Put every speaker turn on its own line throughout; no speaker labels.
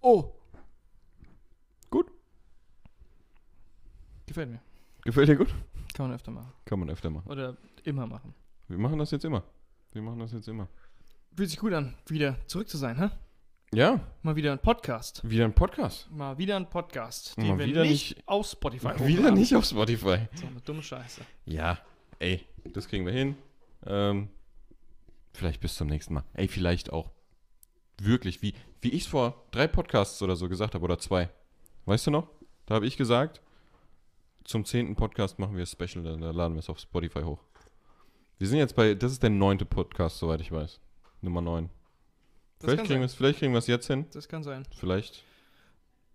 Oh,
Gut.
gefällt mir.
Gefällt dir gut?
Kann man öfter machen.
Kann man öfter machen.
Oder immer machen.
Wir machen das jetzt immer. Wir machen das jetzt immer.
Fühlt sich gut an, wieder zurück zu sein, hä?
Ja,
Mal wieder ein Podcast.
wieder ein Podcast.
Mal wieder ein Podcast,
Mal
den wir
wieder
nicht, auf Spotify
Wieder nicht auf Spotify.
So eine dumme Scheiße.
Ja, ey, das kriegen wir hin. Ähm, vielleicht bis zum nächsten Mal. Ey, vielleicht auch wirklich, wie, wie ich es vor drei Podcasts oder so gesagt habe, oder zwei. Weißt du noch? Da habe ich gesagt, zum zehnten Podcast machen wir ein Special, dann dann laden wir es auf Spotify hoch. Wir sind jetzt bei, das ist der neunte Podcast, soweit ich weiß. Nummer neun.
Das
Vielleicht
kann,
kriegen,
sein.
wir's, vielleicht kriegen wir es jetzt hin.
das kann sein.
Vielleicht.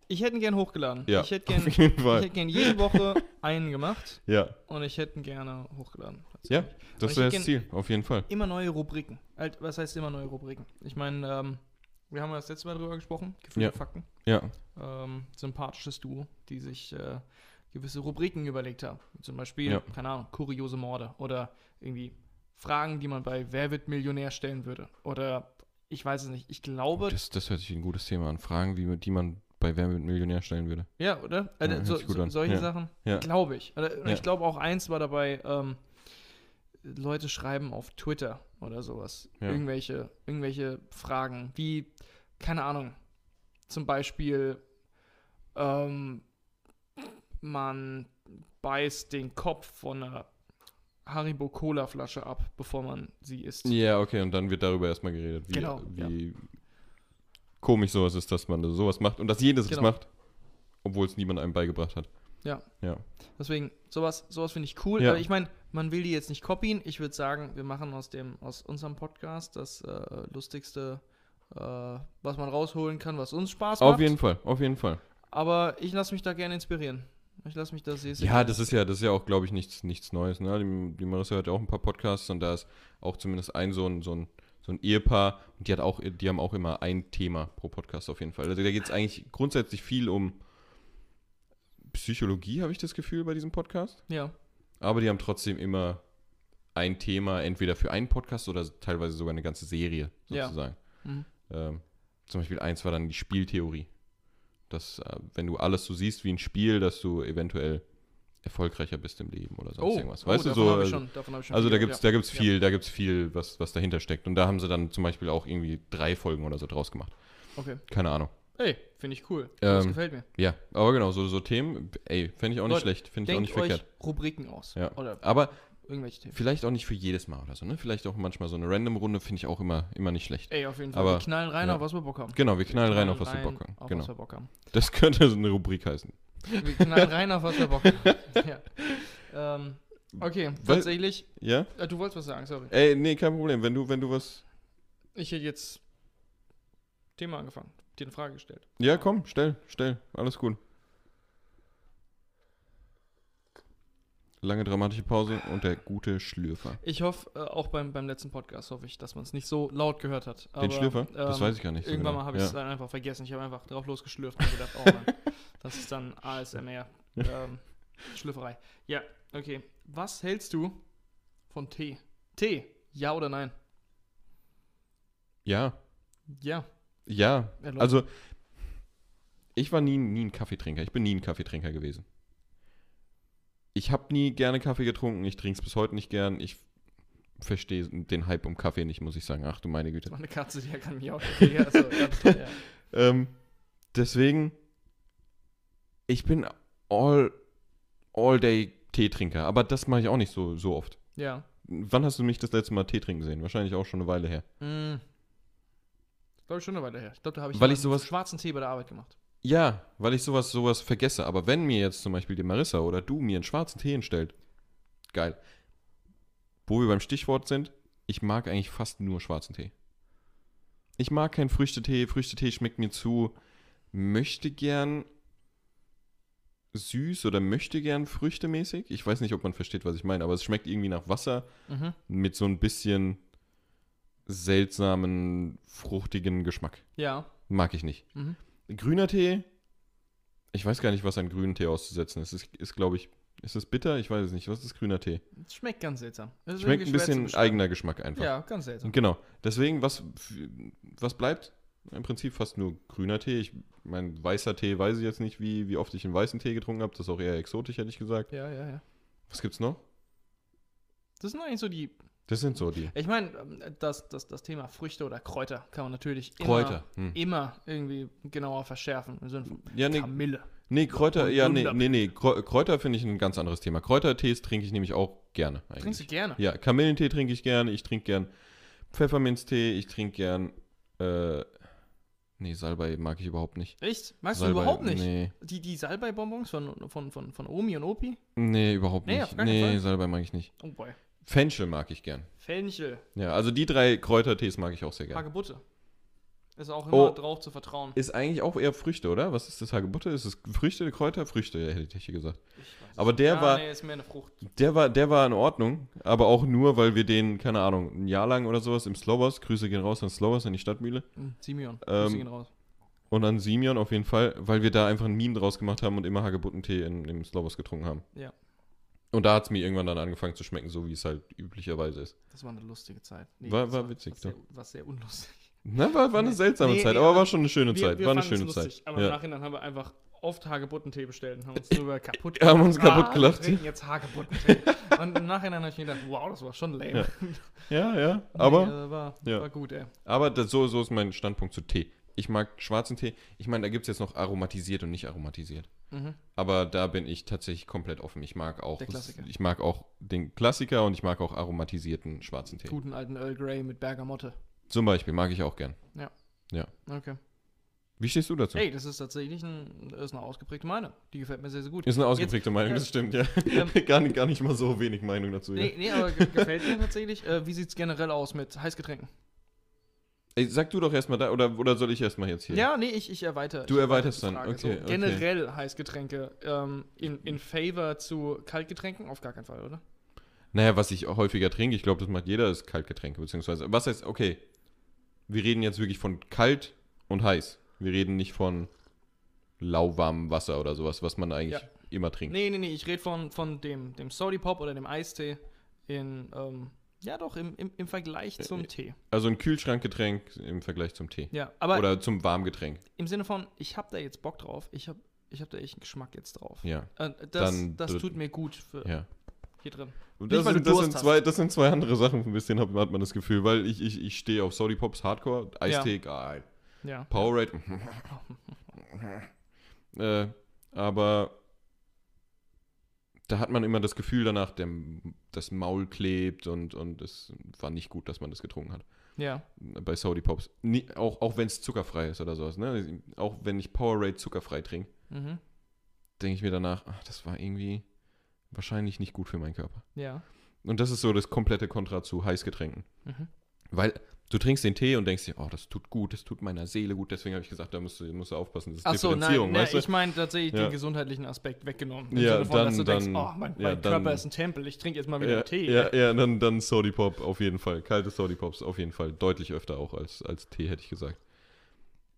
Ich hätte ihn gern hochgeladen.
Ja,
Ich hätte gern,
auf
ich
jeden Fall.
hätte gern jede Woche einen gemacht
Ja,
und ich hätte ihn gerne hochgeladen.
ja,
ich
das wäre
hätte
das Ziel, auf jeden Fall.
Immer neue Rubriken. Alt- Was heißt immer neue Rubriken? Ich meine, ähm, wir haben ja das letzte Mal drüber gesprochen, Gefühle
Ja.
und Fakten.
Ja,
ähm, sympathisches Duo, die sich äh, gewisse Rubriken überlegt haben. Wie Zum Beispiel,
Ja.
keine Ahnung, kuriose Morde oder irgendwie Fragen, die man bei Wer wird Millionär stellen würde. Oder ich weiß es nicht. Ich glaube,
das, das hört sich wie ein gutes Thema an. Fragen, wie, die man bei Wer wird Millionär stellen würde.
ja, oder? Also,
hört
so,
sich gut
so,
an.
solche
Ja.
Sachen,
Ja.
glaube ich. Oder, und
Ja.
Ich glaube auch eins war dabei, ähm, Leute schreiben auf Twitter oder sowas.
Ja.
Irgendwelche, irgendwelche Fragen, wie, keine Ahnung, zum Beispiel, ähm, man beißt den Kopf von einer Haribo-Cola-Flasche ab, bevor man sie isst.
Ja, okay, und dann wird darüber erstmal geredet, wie,
Genau,
wie komisch sowas ist, dass man sowas macht und dass jedes
Genau.
es macht, obwohl es niemand einem beigebracht hat.
Ja.
Ja.
Deswegen, sowas, sowas finde ich cool.
Ja.
Aber ich meine, man will die jetzt nicht copyen. Ich würde sagen, wir machen aus, dem, aus unserem Podcast das äh, Lustigste, äh, was man rausholen kann, was uns Spaß macht.
Auf jeden Fall, auf jeden Fall.
Aber ich lasse mich da gerne inspirieren. Ich lasse mich da sehr, sehr
Ja, das ist ja, das ist ja auch, glaube ich, nichts, nichts Neues. Ne? Die, die Marissa hört ja auch ein paar Podcasts und da ist auch zumindest ein so ein, so ein, so ein Ehepaar und die hat auch, die haben auch immer ein Thema pro Podcast auf jeden Fall. Also da geht es eigentlich grundsätzlich viel um Psychologie, habe ich das Gefühl, bei diesem Podcast.
Ja,
Aber die haben trotzdem immer ein Thema, entweder für einen Podcast oder teilweise sogar eine ganze Serie
Ja.
sozusagen.
Mhm.
Ähm, zum Beispiel eins war dann die Spieltheorie. Dass, äh, wenn du alles so siehst wie ein Spiel, dass du eventuell erfolgreicher bist im Leben oder sonst irgendwas. Weißt du,
Oh, davon
so.
hab ich
also-
schon, davon hab ich schon
also da
viel
gibt's,
gehört,
da gibt's
Ja.
viel, da gibt's viel, was, was dahinter steckt. Und da haben sie dann zum Beispiel auch irgendwie drei Folgen oder so draus gemacht.
ja. Okay.
Keine Ahnung.
Ey, finde ich cool. das
Ähm,
gefällt mir.
Ja, aber genau, so, so Themen, ey, fände ich auch nicht
Leute,
schlecht, finde ich auch
Denkt
nicht
euch
verkehrt.
Rubriken aus.
Ja.
Oder
Aber
irgendwelche Themen.
Vielleicht auch nicht für jedes Mal oder so, ne? Vielleicht auch manchmal so eine Random-Runde finde ich auch immer, immer nicht schlecht.
Ey, auf jeden Fall.
Aber-
wir knallen rein,
ja.
auf was wir Bock haben.
Genau, wir knallen rein, auf
Knallen
was wir Bock haben.
auf was
Genau.
wir Bock haben.
Das könnte so eine Rubrik heißen.
Wir knallen rein auf was wir Bock haben. ja. ähm, okay,
Weil-
tatsächlich.
Ja?
Äh, du wolltest was sagen, sorry.
Ey, nee, kein Problem. Wenn du, wenn du was.
Ich hätte jetzt Thema angefangen, dir eine Frage gestellt.
Ja, komm, stell, stell. Alles gut. Lange dramatische Pause und der gute Schlürfer.
Ich hoffe, äh, auch beim, beim letzten Podcast hoffe ich, dass man es nicht so laut gehört hat.
Den Schlürfer? das weiß ich gar nicht. so
ähm, Irgendwann
genau.
mal habe ich es
ja.
dann einfach vergessen. Ich habe einfach drauf losgeschlürft und gedacht, oh Mann, das ist dann ASMR. Ähm, Schlürferei. Ja, okay. Was hältst du von Tee? Tee, ja oder nein?
ja.
Ja.
Ja.
Erläutern.
Also, ich war nie, nie ein Kaffeetrinker. Ich bin nie ein Kaffeetrinker gewesen. Ich habe nie gerne Kaffee getrunken. Ich trinke es bis heute nicht gern. Ich verstehe den Hype um Kaffee nicht, muss ich sagen. Ach du meine
Das
Güte.
war eine Katze, die kann mich auch. Okay, also, ganz, ja.
Ähm, deswegen, ich bin all, all day Teetrinker. Aber das mache ich auch nicht so, so oft.
ja.
Wann hast du mich das letzte Mal Tee trinken sehen? Wahrscheinlich auch schon eine Weile her.
Mm. Glaube ich schon eine Weile her. Ich glaube, da habe ich,
Weil ich
mal einen
sowas-
schwarzen Tee bei der Arbeit gemacht.
Ja, weil ich sowas, sowas vergesse. Aber wenn mir jetzt zum Beispiel die Marissa oder du mir einen schwarzen Tee hinstellt, geil. Wo wir beim Stichwort sind, ich mag eigentlich fast nur schwarzen Tee. Ich mag keinen Früchtetee. Früchtetee schmeckt mir zu. Möchte gern süß oder möchte gern früchtemäßig. Ich weiß nicht, ob man versteht, was ich meine, aber es schmeckt irgendwie nach Wasser
Mhm.
mit so ein bisschen seltsamen, fruchtigen Geschmack.
Ja.
Mag ich nicht.
Mhm.
Grüner Tee, ich weiß gar nicht, was an grünen Tee auszusetzen ist. Ist, ist glaube ich, Ist das bitter? Ich weiß es nicht. Was ist grüner Tee?
Es schmeckt ganz seltsam. Es ist
Schmeckt ein
irgendwie schwer zu
bisschen
beschreiben.
eigener Geschmack einfach.
Ja, ganz seltsam.
Genau. Deswegen, was, was bleibt? Im Prinzip fast nur grüner Tee. Ich mein weißer Tee weiß ich jetzt nicht, wie, wie oft ich einen weißen Tee getrunken habe. Das ist auch eher exotisch, hätte ich gesagt.
Ja, ja, ja.
Was gibt's noch?
Das sind eigentlich so die.
Das sind so die
Ich meine, ähm, das, das, das Thema Früchte oder Kräuter kann man natürlich immer,
Kräuter. Hm.
immer irgendwie genauer verschärfen. Im Sinne von
Ja, nee,
Kamille.
nee, Kräuter,
Und
ja, nee,
Wunderbeere.
nee, nee. Krä- Kräuter finde ich ein ganz anderes Thema. Kräutertees trinke ich nämlich auch gerne
Trinkst du
eigentlich.
gerne?
Ja, Kamillentee trinke ich gerne. Ich trinke gern Pfefferminztee. Ich trinke gern, äh, nee, Salbei mag ich überhaupt nicht.
Echt? Magst du
Salbei,
überhaupt nicht?
Nee.
Die, die Salbei-Bonbons von, von, von, von Omi und Opi?
Nee, überhaupt
Nee,
nicht.
auf gar keinen
nee,
Fall.
Salbei mag ich nicht.
Oh boy.
Fenchel mag ich gern.
Fenchel,
Ja, also die drei Kräutertees mag ich auch sehr gern.
Hagebutte. Ist auch
Oh.
immer drauf zu vertrauen.
Ist eigentlich auch eher Früchte, oder? Was ist das Hagebutte? Ist es Früchte, Kräuter? Früchte, hätte ich hier gesagt.
Ich weiß
Aber der
ja,
war,
Nee, ist mehr eine Frucht.
der war, der war in Ordnung, aber auch nur, weil wir den, keine Ahnung, ein Jahr lang oder sowas im Slowers, Grüße gehen raus an Slowers in die Stadtmühle
Hm, Simeon.
Ähm,
Grüße gehen raus.
und an Simeon auf jeden Fall, weil wir da einfach ein Meme draus gemacht haben und immer Hagebuttentee in, im Slowers getrunken haben.
Ja.
Und da hat es mir irgendwann dann angefangen zu schmecken, so wie es halt üblicherweise ist.
Das war eine lustige Zeit.
War-
das
war witzig,
war sehr, war sehr unlustig.
Na, war, war eine
Nee.
seltsame
Nee,
Zeit,
nee,
aber
aber
war schon eine schöne Zeit. war eine
fanden es
schöne Zeit.
Aber im
ja.
Nachhinein haben wir einfach oft Hagebuttentee bestellt und haben uns drüber kaputt
Wir haben uns kaputt
Ah,
gelacht.
Wir trinken jetzt Hagebuttentee. und im Nachhinein habe ich mir gedacht, wow, das war schon lame.
Ja. ja, ja. Aber.
Nee, äh, war,
Ja.
war gut, ey.
Aber das, so, so ist mein Standpunkt zu Tee. Ich mag schwarzen Tee. Ich meine, da gibt es jetzt noch aromatisiert und nicht aromatisiert.
Mhm.
Aber da bin ich tatsächlich komplett offen. Ich mag auch,
Der Klassiker.
ich mag auch den Klassiker und ich mag auch aromatisierten schwarzen Tee.
Guten alten Earl Grey mit Bergamotte.
Zum Beispiel mag ich auch gern.
Okay.
Wie stehst du dazu?
Ey, das ist tatsächlich ein, das ist eine ausgeprägte Meinung. Die gefällt mir sehr, sehr gut.
Ist eine ausgeprägte Meinung,
ja.
das stimmt, ja.
Ähm,
gar, nicht, gar nicht mal so wenig Meinung dazu. Ja.
Nee, nee, aber ge- gefällt mir tatsächlich. Äh, wie sieht es generell aus mit Heißgetränken?
Ey, sag du doch erstmal da, oder, oder soll ich erstmal jetzt hier?
Ja, nee, ich, ich erweitere.
Du
ich
erweiterst
erweitere
dann,
die
okay, okay.
Generell Heißgetränke ähm, in, in Favor zu Kaltgetränken? Auf gar keinen Fall, oder?
Naja, was ich auch häufiger trinke, ich glaube, das macht jeder, ist Kaltgetränke, beziehungsweise, was heißt, okay, wir reden jetzt wirklich von kalt und heiß. Wir reden nicht von lauwarmem Wasser oder sowas, was man eigentlich
Ja.
immer trinkt.
Nee, nee, nee, ich rede von, von dem, dem Sody Pop oder dem Eistee in, ähm, ja doch, im, im, im Vergleich zum
Äh,
Tee.
Also ein Kühlschrankgetränk im Vergleich zum Tee.
Ja, aber
oder zum Warmgetränk,
im Sinne von, ich hab da jetzt Bock drauf, ich hab, ich hab da echt einen Geschmack jetzt drauf.
ja.
Äh, das,
Dann-
das tut mir gut für
ja.
hier drin.
Und
Äh, Nicht,
das,
weil
sind,
du
das,
Durst
sind
hast.
zwei, das sind zwei andere Sachen, ein bisschen hat, hat man das Gefühl, weil ich, ich, ich stehe auf Sody Pops Hardcore, Eistee, geil.
Ja.
Powerade. äh, aber da hat man immer das Gefühl danach, der, das Maul klebt und, und es war nicht gut, dass man das getrunken hat.
Ja.
Bei Saudi Pops. Nie, auch auch wenn es zuckerfrei ist oder sowas. Ne? Auch wenn ich Powerade zuckerfrei trinke,
Mhm.
denke ich mir danach, ach, das war irgendwie wahrscheinlich nicht gut für meinen Körper.
Ja.
Und das ist so das komplette Kontra zu Heißgetränken.
Mhm.
Weil du trinkst den Tee und denkst dir, oh, das tut gut, das tut meiner Seele gut. Deswegen habe ich gesagt, da musst du, musst du aufpassen. Das ist
Ach so, nein, nein ich meine tatsächlich
Ja.
den gesundheitlichen Aspekt weggenommen. Im
Ja,
Sinne von, dass du
dann-
denkst,
dann-
oh, mein,
ja, dann-
mein Körper ist ein Tempel, ich trinke jetzt mal wieder
Ja,
einen Tee.
ja, ja, dann, dann Sody Pop auf jeden Fall. Kalte Sody Pops auf jeden Fall. Deutlich öfter auch als, als Tee, hätte ich gesagt.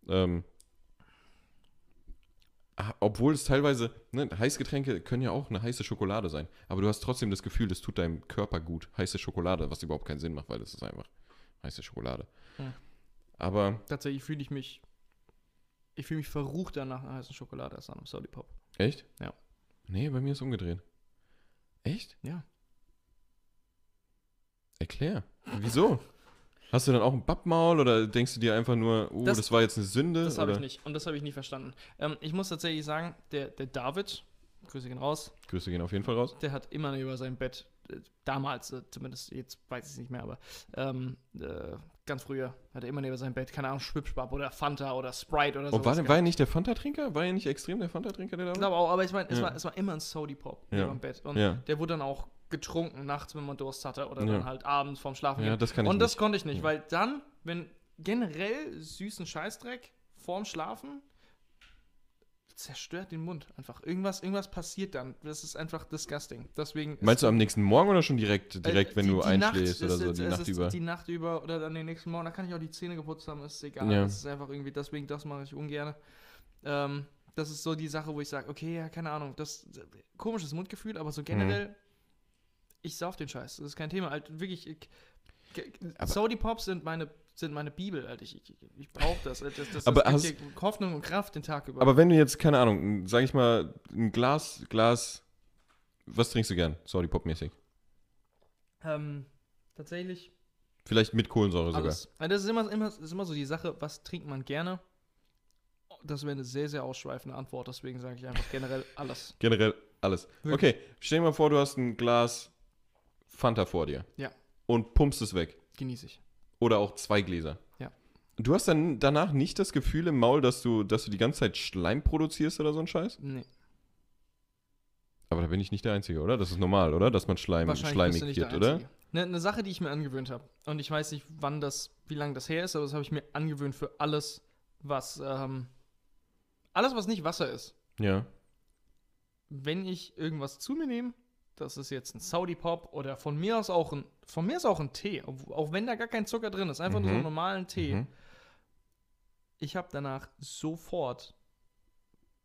Ähm, ah, obwohl es teilweise, ne, Heißgetränke können ja auch eine heiße Schokolade sein. Aber du hast trotzdem das Gefühl, das tut deinem Körper gut. Heiße Schokolade, was überhaupt keinen Sinn macht, weil das ist einfach heiße Schokolade.
Hm.
Aber
Tatsächlich fühle ich mich, ich fühle mich verruchter nach einer heißen Schokolade als nach einem Sody Pop.
Echt?
Ja.
Nee, bei mir ist umgedreht. Echt?
Ja.
Erklär. Wieso? Hast du dann auch ein Bappmaul oder denkst du dir einfach nur, oh, das,
Das-
war jetzt eine Sünde?
Das habe
oder?
ich nicht und das habe ich nie verstanden. Ähm, ich muss tatsächlich sagen, der, der David, Grüße gehen raus,
Grüße gehen auf jeden Fall raus.
der hat immer über sein Bett, äh, damals äh, zumindest, jetzt weiß ich es nicht mehr, aber ähm, äh, ganz früher hat er immer über sein Bett, keine Ahnung, Schwipschwab oder Fanta oder Sprite oder
Oh, war,
gehabt.
war er nicht der Fanta-Trinker? War er nicht extrem der Fanta-Trinker, der da
Ich
war?
glaube auch, aber ich meine, es,
Ja.
war, es war immer ein Sody Pop
Ja.
über dem Bett. Und
Ja.
der wurde dann auch getrunken nachts, wenn man Durst hatte oder
Ja.
dann halt abends vorm Schlafen
Ja,
gehen.
das kann ich
Und das
nicht.
konnte ich nicht,
Ja.
weil dann, wenn generell süßen Scheißdreck vorm Schlafen zerstört den Mund einfach. Irgendwas, irgendwas passiert dann. Das ist einfach disgusting. Deswegen ist-
Meinst du am nächsten Morgen oder schon direkt,
äh,
direkt wenn
die-
du
die
einschläfst
Nacht
oder
ist-
so,
es
die
ist
Nacht über?
Die Nacht über oder dann den nächsten Morgen, da kann ich auch die Zähne geputzt haben, ist egal.
Ja.
Das ist einfach irgendwie, deswegen, das mache ich ungern. Ähm, Das ist so die Sache, wo ich sage, okay, ja, keine Ahnung, das komisches Mundgefühl, aber so
Mhm.
generell, ich sauf den Scheiß. Das ist kein Thema. Halt, wirklich, ich, ge-
Aber-
Saudi Pops sind meine, sind meine Bibel, Alter. Ich, ich, ich brauche das. Alter. Das, das,
Aber
das
hast-
gibt dir Hoffnung und Kraft den Tag über.
Aber wenn du jetzt, keine Ahnung, ein- sag ich mal, ein Glas, Glas, was trinkst du gern? Sorry, popmäßig.
ähm, tatsächlich,
Vielleicht mit Kohlensäure sogar.
alles. Also das ist immer, immer, das ist immer so die Sache, was trinkt man gerne? Das wäre eine sehr, sehr ausschweifende Antwort. Deswegen sage ich einfach generell alles.
Generell alles.
Wirklich.
Okay, stell dir mal vor, du hast ein Glas Fanta vor dir.
Ja.
Und pumpst es weg.
Genieße ich.
Oder auch zwei Gläser.
Ja.
Du hast dann danach nicht das Gefühl im Maul, dass du, dass du die ganze Zeit Schleim produzierst oder so ein Scheiß?
Nee.
Aber da bin ich nicht der Einzige, oder? Das ist normal, oder? Dass man Schleim, schleimig wird, oder?
Eine, eine Sache, die ich mir angewöhnt habe, und ich weiß nicht, wann das, wie lange das her ist, aber das habe ich mir angewöhnt für alles, was, ähm, alles, was nicht Wasser ist.
Ja.
Wenn ich irgendwas zu mir nehme, das ist jetzt ein Saudi Pop oder von mir aus auch ein, von mir ist auch ein Tee, ob- auch wenn da gar kein Zucker drin ist, einfach nur so einen
Mhm.
normalen Tee.
Mhm.
Ich habe danach sofort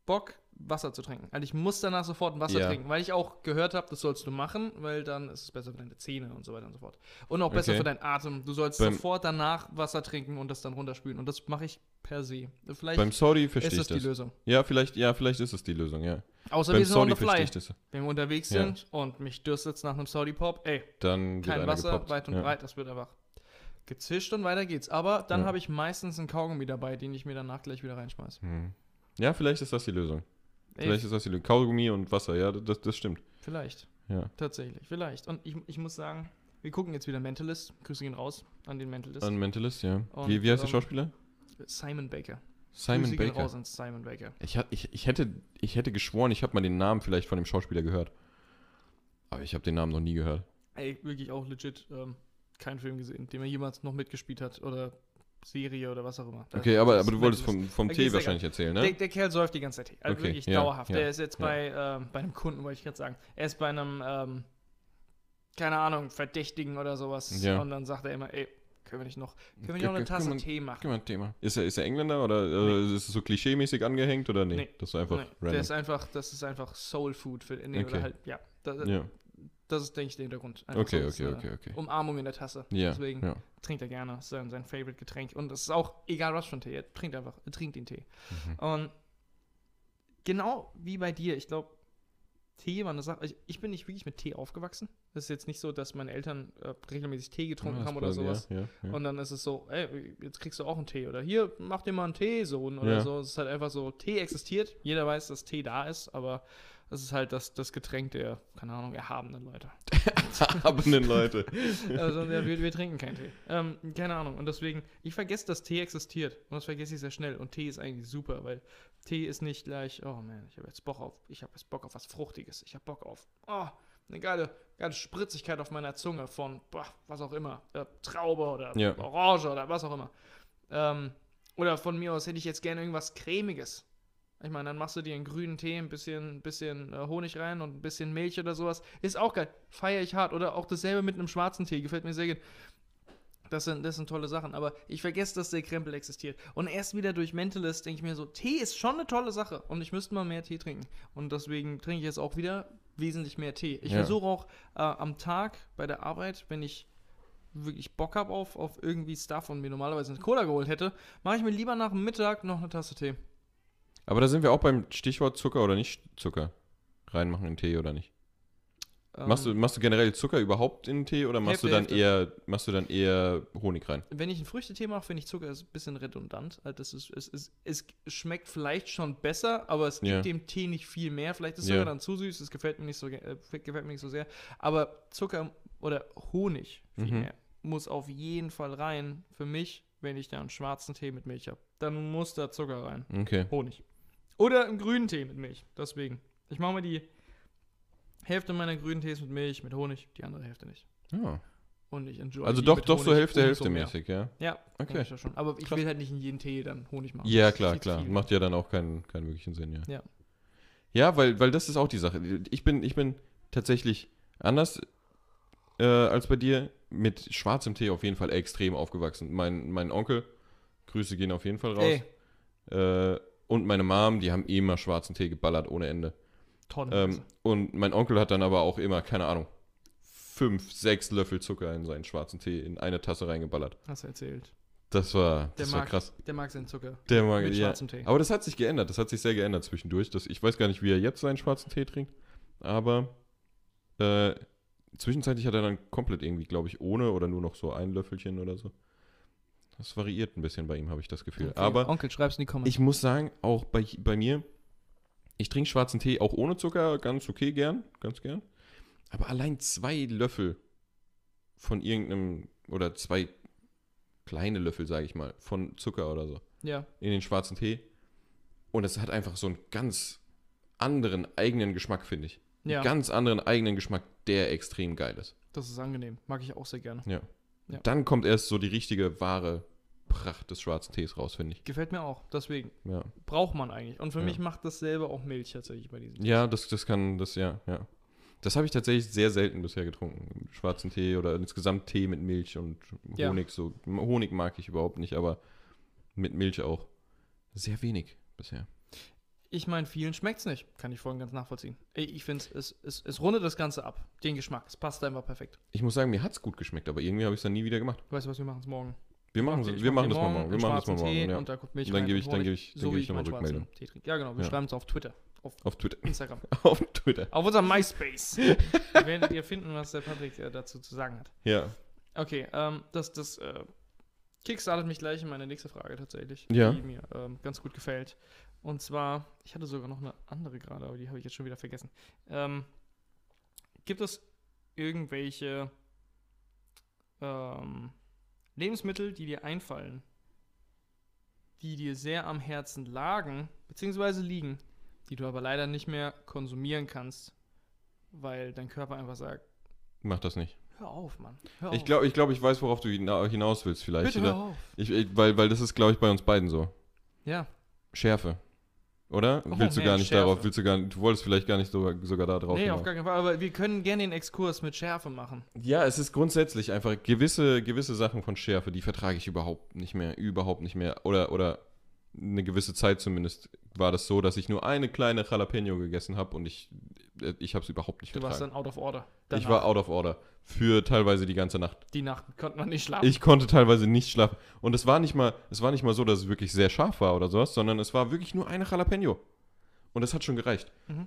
Bock, Wasser zu trinken. Also ich muss danach sofort ein Wasser
Ja.
trinken, weil ich auch gehört habe, das sollst du machen, weil dann ist es besser für deine Zähne und so weiter und so fort. Und auch besser
Okay.
für deinen Atem. Du sollst
Beim-
sofort danach Wasser trinken und das dann runterspülen. Und das mache ich per se. Vielleicht
Beim Saudi
ist
verstehe ich
das die
das.
Lösung.
Ja, vielleicht, ja, vielleicht ist es die Lösung, ja.
Außer
Beim
wir sind on
Saudi
the fly.
verstehe ich das.
Wenn wir unterwegs
Ja.
sind und mich dürstet nach einem Saudi Pop, ey,
Dann wird
kein
einer
Wasser,
gepoppt.
weit und
ja.
breit, das wird einfach gezischt und weiter geht's. Aber dann
Ja.
habe ich meistens einen Kaugummi dabei, den ich mir danach gleich wieder reinschmeiße.
Hm. Ja, vielleicht ist das die Lösung.
Ey,
Vielleicht ist das die Lösung. Kaugummi und Wasser, ja, das, das stimmt.
vielleicht.
Ja.
Tatsächlich, vielleicht. Und ich, ich muss sagen, wir gucken jetzt wieder Mentalist. Grüße gehen raus an den Mentalist.
Ein Mentalist, ja.
Und,
wie, wie heißt der
ähm,
Schauspieler?
Simon Baker.
Simon
Grüße gehen
Baker.
raus an Simon Baker.
Ich, ha- ich, ich, hätte, ich hätte geschworen, ich habe mal den Namen vielleicht von dem Schauspieler gehört. Aber ich habe den Namen noch nie gehört.
Ey, wirklich auch legit ähm, keinen Film gesehen, den er jemals noch mitgespielt hat oder Serie oder was auch immer. Da-
Okay, aber,
das
aber du
ist
wolltest
Mentalist.
vom, vom
Okay,
Tee
ist egal.
wahrscheinlich erzählen, ne?
Der, der Kerl säuft die ganze Zeit Tee. Also
Okay,
wirklich
ja,
dauerhaft.
ja,
er ist jetzt
ja.
bei, ähm, bei einem Kunden, wollte ich gerade sagen. Er ist bei einem, ähm, keine Ahnung, Verdächtigen oder sowas.
Ja.
Und dann sagt er immer, ey, können wir nicht noch, können wir
Ja,
nicht noch eine
kann
Tasse
man-
Tee machen?
Guck mal, Thema. Ist er, ist er Engländer oder äh, ist es so klischeemäßig angehängt oder nee?
Nee.
Das ist einfach
Nein, der
random.
ist einfach, das ist einfach Soul Food für nee,
Okay.
oder halt, ja. Das,
ja.
das ist, denke ich, der Hintergrund. Einfach
Okay,
so,
okay,
das, äh,
okay, okay.
Umarmung in der Tasse.
Ja,
deswegen-
ja.
Trinkt er gerne, ist sein, sein Favorite Getränk. Und es ist auch egal was für ein Tee, er trinkt einfach, er trinkt den Tee.
Mhm.
Und genau wie bei dir, ich glaube, Tee war eine Sache. Ich, ich bin nicht wirklich mit Tee aufgewachsen. Das ist jetzt nicht so, dass meine Eltern äh, regelmäßig Tee getrunken
Ah,
haben
ist quasi-
oder sowas.
Ja, ja, ja.
Und dann ist es so, ey, jetzt kriegst du auch einen Tee. Oder hier, mach dir mal einen Tee, Sohn. Oder
Ja.
so. Es ist halt einfach so, Tee existiert. Jeder weiß, dass Tee da ist, aber es ist halt das, das Getränk der, keine Ahnung, erhabenen Leute.
Habenden Leute.
Also ja, wir, wir trinken keinen Tee. Ähm, keine Ahnung. Und deswegen, ich vergesse, dass Tee existiert. Und das vergesse ich sehr schnell. Und Tee ist eigentlich super, weil Tee ist nicht gleich, oh man, ich habe jetzt Bock auf, ich habe jetzt Bock auf was Fruchtiges. Ich habe Bock auf, oh, eine geile, geile Spritzigkeit auf meiner Zunge von, boah, was auch immer. Äh, Traube oder
Ja.
Orange oder was auch immer. Ähm, oder von mir aus hätte ich jetzt gerne irgendwas Cremiges. Ich meine, dann machst du dir einen grünen Tee, ein bisschen, ein bisschen äh, Honig rein und ein bisschen Milch oder sowas. Ist auch geil. Feiere ich hart. Oder auch dasselbe mit einem schwarzen Tee. Gefällt mir sehr gut. Das sind, das sind tolle Sachen. Aber ich vergesse, dass der Krempel existiert. Und erst wieder durch Mentalist denke ich mir so, Tee ist schon eine tolle Sache. Und ich müsste mal mehr Tee trinken. Und deswegen trinke ich jetzt auch wieder wesentlich mehr Tee. Ich
Ja.
versuche auch äh, am Tag bei der Arbeit, wenn ich wirklich Bock habe auf, auf irgendwie Stuff und mir normalerweise eine Cola geholt hätte, mache ich mir lieber nach dem Mittag noch eine Tasse Tee.
Aber da sind wir auch beim Stichwort Zucker oder nicht Zucker. Reinmachen in Tee oder nicht.
Ähm,
machst, du, machst du generell Zucker überhaupt in Tee oder machst du dann
Hälfte,
eher machst du dann eher Honig rein?
Wenn ich einen Früchtetee mache, finde ich Zucker ist ein bisschen redundant. Also Das ist, es, es, es schmeckt vielleicht schon besser, aber es gibt
Ja.
dem Tee nicht viel mehr. Vielleicht ist
Ja.
Zucker dann zu süß, es gefällt mir nicht so, ge- äh, gefällt mir nicht so sehr. Aber Zucker oder Honig
Mhm.
vielmehr muss auf jeden Fall rein. Für mich, wenn ich da einen schwarzen Tee mit Milch habe, dann muss da Zucker rein.
Okay.
Honig. Oder einen grünen Tee mit Milch. Deswegen. Ich mache mir die Hälfte meiner grünen Tees mit Milch, mit Honig, die andere Hälfte nicht.
Ja.
Und ich enjoy
Also
die
doch,
mit
doch so
Honig
Hälfte,
umso
Hälfte
mehr.
mäßig, ja.
Ja,
Okay.
okay. Ich ja schon. Aber ich
Krass.
will halt nicht in jeden Tee dann Honig machen.
Ja,
Das ist
klar,
viel zu
klar.
viel.
Macht ja dann auch keinen, keinen wirklichen Sinn, ja.
Ja.
Ja, weil, weil das ist auch die Sache. Ich bin, ich bin tatsächlich anders äh, als bei dir mit schwarzem Tee auf jeden Fall extrem aufgewachsen. Mein, mein Onkel, Grüße gehen auf jeden Fall raus.
Ey,
Äh, und meine Mom, die haben eh immer schwarzen Tee geballert ohne Ende. Ähm,
Tonnenweise.
und mein Onkel hat dann aber auch immer, keine Ahnung, fünf, sechs Löffel Zucker in seinen schwarzen Tee in eine Tasse reingeballert.
Hast du erzählt.
Das war,
Der
das war
mag-
krass.
Der mag seinen Zucker.
Der mag,
Mit
ja.
schwarzem Tee.
Aber das hat sich geändert. Das hat sich sehr geändert zwischendurch. Das, ich weiß gar nicht, wie er jetzt seinen schwarzen Tee trinkt. Aber äh, zwischenzeitlich hat er dann komplett irgendwie, glaube ich, ohne oder nur noch so ein Löffelchen oder so. Das variiert ein bisschen bei ihm, habe ich das Gefühl.
Okay,
Aber
Onkel, schreib's in die Kommentare.
ich muss sagen, auch bei, bei mir, ich trinke schwarzen Tee auch ohne Zucker ganz okay gern, ganz gern. Aber allein zwei Löffel von irgendeinem oder zwei kleine Löffel, sage ich mal, von Zucker oder so
Ja.
in den schwarzen Tee. Und es hat einfach so einen ganz anderen eigenen Geschmack, finde ich.
Ja.
Einen ganz anderen eigenen Geschmack, der extrem geil ist.
Das ist angenehm. Mag ich auch sehr gerne. Ja.
Dann kommt erst so die richtige, wahre Pracht des schwarzen Tees raus, finde ich.
Gefällt mir auch. Deswegen
Ja,
braucht man eigentlich. Und für
Ja.
mich macht dasselbe auch Milch tatsächlich bei diesem.
ja das, das kann, das, ja, ja. Das habe ich tatsächlich sehr selten bisher getrunken. Schwarzen Tee oder insgesamt Tee mit Milch und
Ja.
Honig. So. Honig mag ich überhaupt nicht, aber mit Milch auch. Sehr wenig bisher.
Ich meine, vielen schmeckt's nicht. Kann ich voll und ganz nachvollziehen. Ich, ich finde es, es, es rundet das Ganze ab. Den Geschmack. Es passt einfach perfekt.
Ich muss sagen, mir hat es gut geschmeckt, aber irgendwie habe ich es dann nie wieder gemacht.
Weißt du was, wir machen's morgen.
Wir machen,
Okay,
so-
ich
wir
mach
machen
die
das mal morgen. Wir machen
in
das mal
schwarzen
morgen.
Tee
Ja.
Und da kommt Milch
Und dann
rein
gebe
und
ich- dann
halt Honig,
gebe ich- dann
so
gebe
wie
ich nochmal
meinen schwarzen
Rückmeldung.
Tee trinke. Ja, genau. Wir
Ja.
schreiben's auf Twitter, auf
Auf Twitter.
Instagram,
Auf Twitter.
auf unserem MySpace. Da werdet ihr finden, was der Patrick äh, dazu zu sagen hat.
Ja.
Okay, ähm, das, das äh, kickstartet mich gleich in meine nächste Frage tatsächlich,
Ja.
die mir ähm, ganz gut gefällt. Und zwar, ich hatte sogar noch eine andere gerade, aber die habe ich jetzt schon wieder vergessen. Ähm, gibt es irgendwelche ähm, Lebensmittel, die dir einfallen, die dir sehr am Herzen lagen, beziehungsweise liegen, die du aber leider nicht mehr konsumieren kannst, weil dein Körper einfach sagt,
Mach das nicht.
hör auf, Mann, hör
Ich
auf.
glaube, ich, glaub, ich weiß, worauf du hina- hinaus willst vielleicht.
Oh. Bitte hör
oder?
auf.
Ich, ich, weil, weil das ist, glaube ich, bei uns beiden so.
Ja,
Schärfe. Oder?
Oh,
willst du
nee,
gar nicht
Schärfe.
darauf, willst du gar nicht, du wolltest vielleicht gar nicht sogar, sogar da drauf genau.
nee,
hinaus.
auf gar keinen Fall. Aber wir können gerne den Exkurs mit Schärfe machen.
Ja, es ist grundsätzlich einfach gewisse, gewisse Sachen von Schärfe, die vertrage ich überhaupt nicht mehr, überhaupt nicht mehr. Oder, oder eine gewisse Zeit zumindest war das so, dass ich nur eine kleine Jalapeno gegessen habe und ich, äh, ich habe es überhaupt nicht
Du warst
vertragen.
dann out of order.
Ich war out of order. Für teilweise die ganze Nacht.
Die Nacht konnte man nicht schlafen.
Ich konnte teilweise nicht schlafen. Und es war nicht mal, es war nicht mal so, dass es wirklich sehr scharf war oder sowas, sondern es war wirklich nur eine Jalapeno. Und das hat schon gereicht.
Mhm.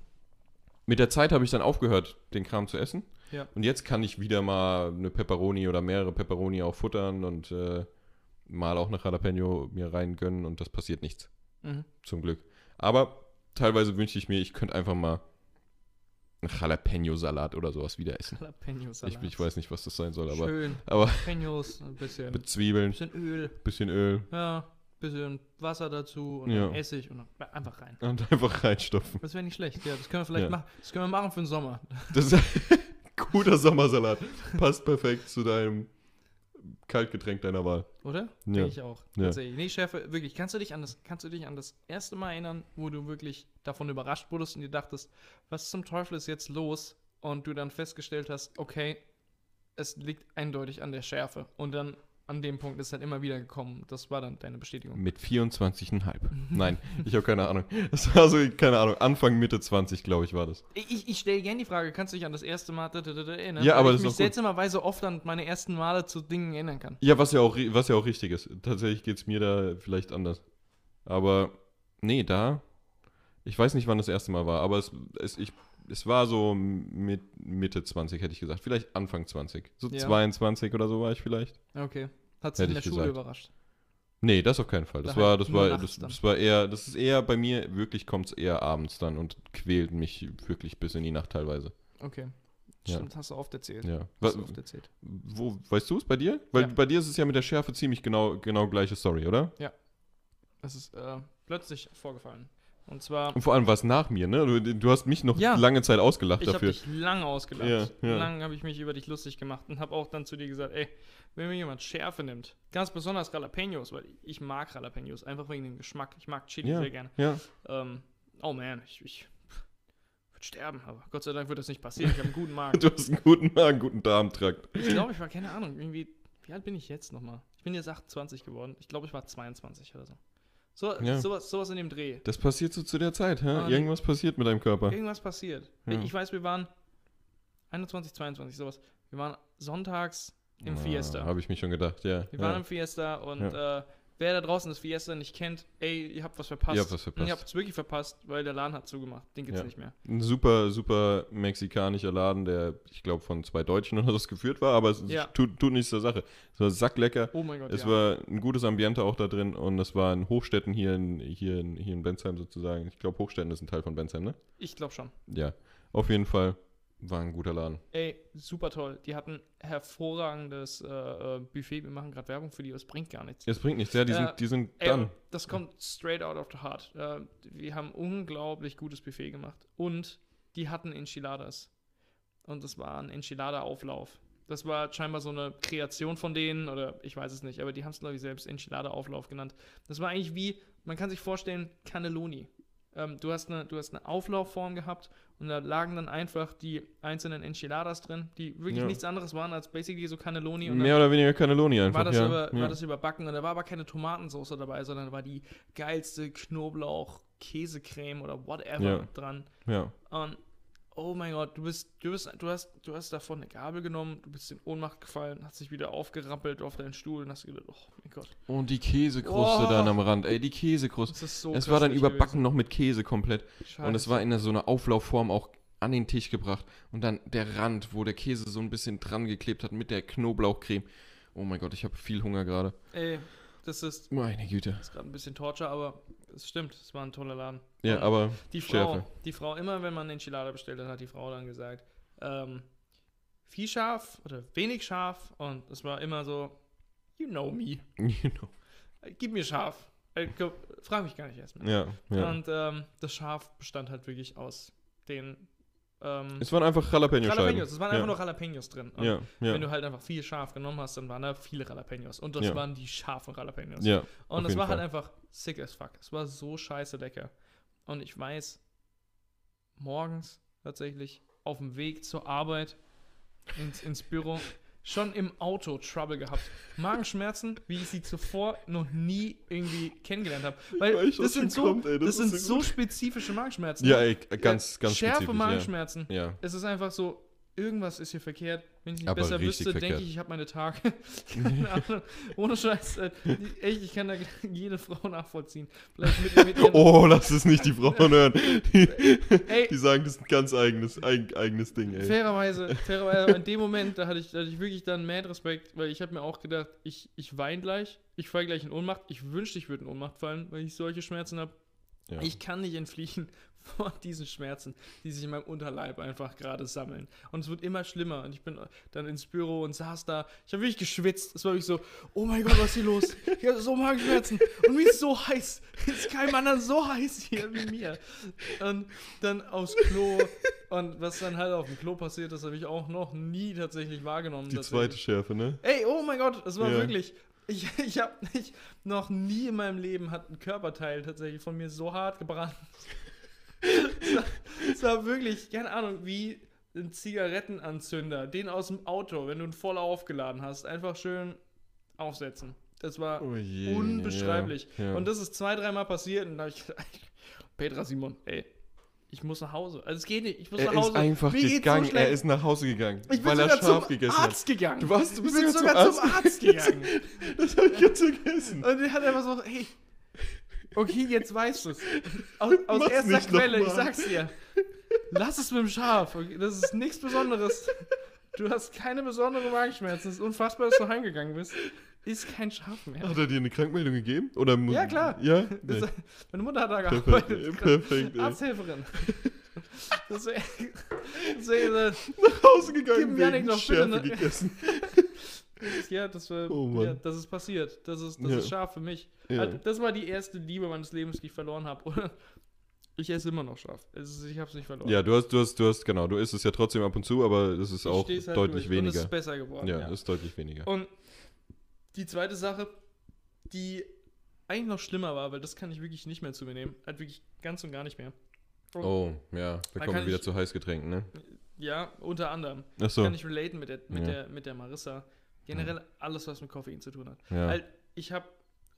Mit der Zeit habe ich dann aufgehört, den Kram zu essen.
Ja.
Und jetzt kann ich wieder mal eine Pepperoni oder mehrere Pepperoni auch futtern und äh, mal auch eine Jalapeno mir reingönnen und das passiert nichts.
mhm.
Zum Glück. Aber teilweise wünsche ich mir, ich könnte einfach mal einen Jalapeno-Salat oder sowas wieder essen. Ich,
Jalapeno-Salat.
ich weiß nicht, was das sein soll, aber
Schön.
aber-
Jalapenos, ein bisschen,
mit Zwiebeln,
bisschen Öl,
bisschen Öl,
ja, bisschen Wasser dazu und
Ja.
dann Essig und dann einfach rein.
Und einfach reinstopfen.
Das wäre nicht schlecht. Ja, das können wir vielleicht
Ja.
machen. Das können wir machen für den Sommer.
Das ist guter Sommersalat. Passt perfekt zu deinem Kaltgetränk deiner Wahl.
Oder?
Ja.
Denke ich auch.
Ja.
Tatsächlich. Nee, Schärfe, wirklich. Kannst du, dich an das, kannst du dich an das erste Mal erinnern, wo du wirklich davon überrascht wurdest und dir dachtest, was zum Teufel ist jetzt los? Und du dann festgestellt hast, okay, es liegt eindeutig an der Schärfe. Und dann an dem Punkt ist dann immer wieder gekommen. Das war dann deine Bestätigung.
Mit 24,5. Nein, ich habe keine Ahnung. Das war so, keine Ahnung, Anfang, Mitte 20, glaube ich, war das.
Ich, ich, ich stelle gerne die Frage, kannst du dich an das erste Mal da, da, da, da, erinnern?
Ja, aber
weil
das
ich
ist
mich
doch gut.
seltsamerweise oft an meine ersten Male zu Dingen erinnern kann.
Ja, was ja auch, ri- was ja auch richtig ist. Tatsächlich geht es mir da vielleicht anders. Aber nee, da. Ich weiß nicht, wann das erste Mal war, aber es, es, ich, es war so mit Mitte 20, hätte ich gesagt. Vielleicht Anfang 20. So
Ja.
22 oder so war ich vielleicht.
Okay. Hat
Hätte
dich in der
ich
Schule
gesagt.
überrascht.
Nee, das auf keinen Fall. Das
Daheim,
war, das
halt nur
war,
nachts
das,
dann.
das war eher, das ist eher bei mir, wirklich kommt es eher abends dann und quält mich wirklich bis in die Nacht teilweise.
Okay.
Ja.
Stimmt, hast du oft erzählt.
Ja.
Hast
Was,
du oft erzählt.
wo, weißt du es bei dir? Weil
Ja.
bei dir ist es ja mit der Schärfe ziemlich genau, genau gleiche Story, oder?
Es ist äh, plötzlich vorgefallen. Und zwar,
Und vor allem war es nach mir, ne? Du, du hast mich noch
Ja.
lange Zeit ausgelacht
ich habe
dafür.
dich lang ausgelacht.
Ja, ja.
Lang habe ich mich über dich lustig gemacht und habe auch dann zu dir gesagt, ey, wenn mir jemand Schärfe nimmt, ganz besonders Jalapenos, weil ich mag Jalapenos, einfach wegen dem Geschmack. Ich mag Chili
Ja.
sehr gerne.
Ja.
Ähm, oh man, ich, ich würde sterben, aber Gott sei Dank wird das nicht passieren. Ich habe einen guten Magen.
Du hast einen guten Magen, guten Darmtrakt.
Ich glaube, ich war, keine Ahnung, irgendwie, wie alt bin ich jetzt nochmal? Ich bin jetzt 28 geworden. Ich glaube, ich war 22 oder so. So,
Ja.
sowas, sowas in dem Dreh.
Das passiert so zu der Zeit, hä?
Ah, nee.
Irgendwas passiert mit deinem Körper.
Irgendwas passiert.
Ja.
Ich weiß, wir waren 21, 22, sowas. Wir waren sonntags im
Ah,
Fiesta.
Habe ich mich schon gedacht, ja.
Wir
ja.
waren im Fiesta und äh, wer da draußen das Fiesta nicht kennt, ey, ihr habt was verpasst.
Ihr habt was verpasst.
Ihr habt es wirklich verpasst, weil der Laden hat zugemacht. Den gibt's
Ja.
nicht mehr.
Ein super, super mexikanischer Laden, der, ich glaube, von zwei Deutschen oder so geführt war, aber es
Ja.
tut, tut nichts zur Sache. Es war sacklecker.
Oh mein Gott,
Es
ja.
war ein gutes Ambiente auch da drin und es war in Hochstädten hier in, hier in, hier in Bensheim sozusagen. Ich glaube, Hochstädten ist ein Teil von Bensheim, ne?
ich glaube schon.
Ja. Auf jeden Fall war ein guter Laden.
Ey, super toll. Die hatten hervorragendes äh, äh, Buffet. Wir machen gerade Werbung für die, das bringt gar nichts.
Es bringt nichts, ja, die,
Ja.
Sind, die sind
Äh, Ey,
dann.
das kommt straight out of the heart. Äh, wir haben unglaublich gutes Buffet gemacht. Und die hatten Enchiladas. Und das war ein Enchilada-Auflauf. Das war scheinbar so eine Kreation von denen, oder ich weiß es nicht, aber die haben es, glaube ich, selbst Enchilada-Auflauf genannt. Das war eigentlich wie, man kann sich vorstellen, Cannelloni. Ähm, du, hast eine, du hast eine Auflaufform gehabt und da lagen dann einfach die einzelnen Enchiladas drin, die wirklich
Ja.
nichts anderes waren als basically so Cannelloni. Und dann
Mehr oder weniger Cannelloni einfach.
war das,
ja.
über,
ja.
war das überbacken und da war aber keine Tomatensauce dabei, sondern da war die geilste Knoblauch-Käsecreme oder whatever
Ja.
dran.
ja.
Und oh mein Gott, du bist, du bist, du hast, du hast davon eine Gabel genommen, du bist in Ohnmacht gefallen, hast dich wieder aufgerappelt auf deinen Stuhl und hast gedacht, oh mein Gott,
Und die Käsekruste
Oh.
dann am Rand. Ey, die Käsekruste.
das ist so
es war dann
köstlich
überbacken noch mit Käse komplett.
gewesen. Scheiße.
Und es war in der- so einer Auflaufform auch an den Tisch gebracht. Und dann der Rand, wo der Käse so ein bisschen dran geklebt hat mit der Knoblauchcreme. Oh mein Gott, ich habe viel Hunger gerade.
Ey, das ist,
Meine Güte.
das ist gerade ein bisschen Torture, aber es stimmt, es war ein toller Laden.
Ja,
Und-
aber
Die Frau,
Schärfe.
die Frau, immer wenn man einen Enchilada bestellt, dann hat die Frau dann gesagt, ähm, viel scharf oder wenig scharf und es war immer so, you know me,
You know.
Äh, gib mir scharf. Äh, komm, frag mich gar nicht erstmal.
Ja, ja.
Und ähm, das Schaf bestand halt wirklich aus den ähm,
Es waren einfach Jalapeno-Scheiben.
Jalapenos. Es waren
ja.
einfach nur Jalapenos drin. Und
Ja, ja.
Wenn du halt einfach viel scharf genommen hast, dann waren da viele Jalapenos. Und das
Ja.
waren die scharfen Jalapenos.
ja. Auf
Und es
jeden
war halt
Fall.
einfach sick as fuck. Es war so scheiße lecker. Und ich weiß, morgens tatsächlich auf dem Weg zur Arbeit ins, ins Büro schon im Auto Trouble gehabt. Magenschmerzen, wie ich sie zuvor noch nie irgendwie kennengelernt habe. Weil
weiß, was
das sind,
jetzt
so,
kommt, ey, das
das sind
ist so
so spezifische Magenschmerzen.
Ja, ey, ganz, ganz
Schärfe
spezifisch, ja.
Magenschmerzen.
Ja.
Es ist einfach so, irgendwas ist hier verkehrt. Wenn ich nicht
Aber
besser
richtig
wüsste, denke
verkehrt.
ich, ich habe meine Tage. Keine Ahnung. Ohne Scheiß. Äh, die- echt, ich kann da jede Frau nachvollziehen. Vielleicht mit, mit ihren,
Oh, lass es nicht die Frauen hören. Die,
Ey.
die sagen, das ist ein ganz eigenes, eig, eigenes Ding, ey.
fairerweise, fairerweise, in dem Moment, da hatte ich, da hatte ich wirklich dann mad Respekt, weil ich habe mir auch gedacht, ich, ich weine gleich, ich falle gleich in Ohnmacht. Ich wünschte, ich würde in Ohnmacht fallen, weil ich solche Schmerzen habe.
Ja.
Ich kann nicht entfliehen vor diesen Schmerzen, die sich in meinem Unterleib einfach gerade sammeln. Und es wird immer schlimmer. Und ich bin dann ins Büro und saß da. Ich habe wirklich geschwitzt. Es war wirklich so, oh mein Gott, was ist hier los? Ich habe so Magenschmerzen. Und mir ist so heiß. Ist keinem anderen so heiß hier wie mir. Und dann aufs Klo. Und was dann halt auf dem Klo passiert ist, habe ich auch noch nie tatsächlich wahrgenommen.
die
tatsächlich.
zweite Schärfe, ne?
Ey, oh mein Gott, das war
Ja.
wirklich. Ich, ich habe nicht, noch nie in meinem Leben hat ein Körperteil tatsächlich von mir so hart gebrannt. Es war, es war wirklich, keine Ahnung, wie ein Zigarettenanzünder, den aus dem Auto, wenn du ihn voll aufgeladen hast, einfach schön aufsetzen. Das war
Oh je,
unbeschreiblich.
ja, ja.
Und das ist zwei, dreimal passiert und da habe ich gedacht, Petra Simon, ey, ich muss nach Hause. Also es geht nicht, ich muss
Er
nach Hause.
ist einfach
Mir geht's so
gegangen, er
schlecht.
ist nach Hause gegangen,
ich bin
weil er
sogar
scharf
zum
gegessen
Arzt
hat.
gegangen.
Du warst, du
Ich
bist
bin sogar zum Arzt gegangen.
Das habe ich ganz vergessen.
Und der hat einfach so, hey, okay, jetzt weißt du es. Aus, aus
Mach's
erster
nicht noch
Quelle, ich
mal.
sag's dir. Lass es mit dem Schaf. Okay, das ist nichts Besonderes. Du hast keine besonderen Magenschmerzen. Es ist unfassbar, dass du heimgegangen bist. Ist kein Schaf mehr.
Hat er dir eine Krankmeldung gegeben? Oder mu-
Ja, klar.
Ja?
Das,
Nee.
Meine Mutter hat da
Perfekt,
gearbeitet.
ey, perfekt, ey.
Arzthelferin. Deswegen, deswegen,
Nach Hause
Gib
gegangen,
mir Janik
wegen
noch bitte
Schärfe
ne-
gegessen.
ja, das, war,
Oh Mann.
ja, das ist passiert. Das ist, das
Ja.
ist scharf für mich.
Ja.
Also, das war die erste Liebe meines Lebens, die ich verloren habe. Und ich esse immer noch scharf. Es ist- Ich habe es nicht verloren.
Ja, du hast, du hast, du hast, genau, du isst es ja trotzdem ab und zu, aber das ist
Ich
auch
steh's halt
deutlich
durch. Und es
weniger.
ist besser Oh. geworden.
ja, ist deutlich weniger.
Und die zweite Sache, die eigentlich noch schlimmer war, weil das kann ich wirklich nicht mehr zu mir nehmen. Halt wirklich ganz und gar nicht mehr. und-
Oh, ja, da kommen wir
kann
wieder
ich-
zu Heißgetränken, ne?
Ja, unter anderem.
Achso,
Kann ich relaten mit der,
Ja.
mit,
Mhm.
der, mit der Marissa. Generell alles, was mit Koffein zu tun hat.
ja.
Halt, ich habe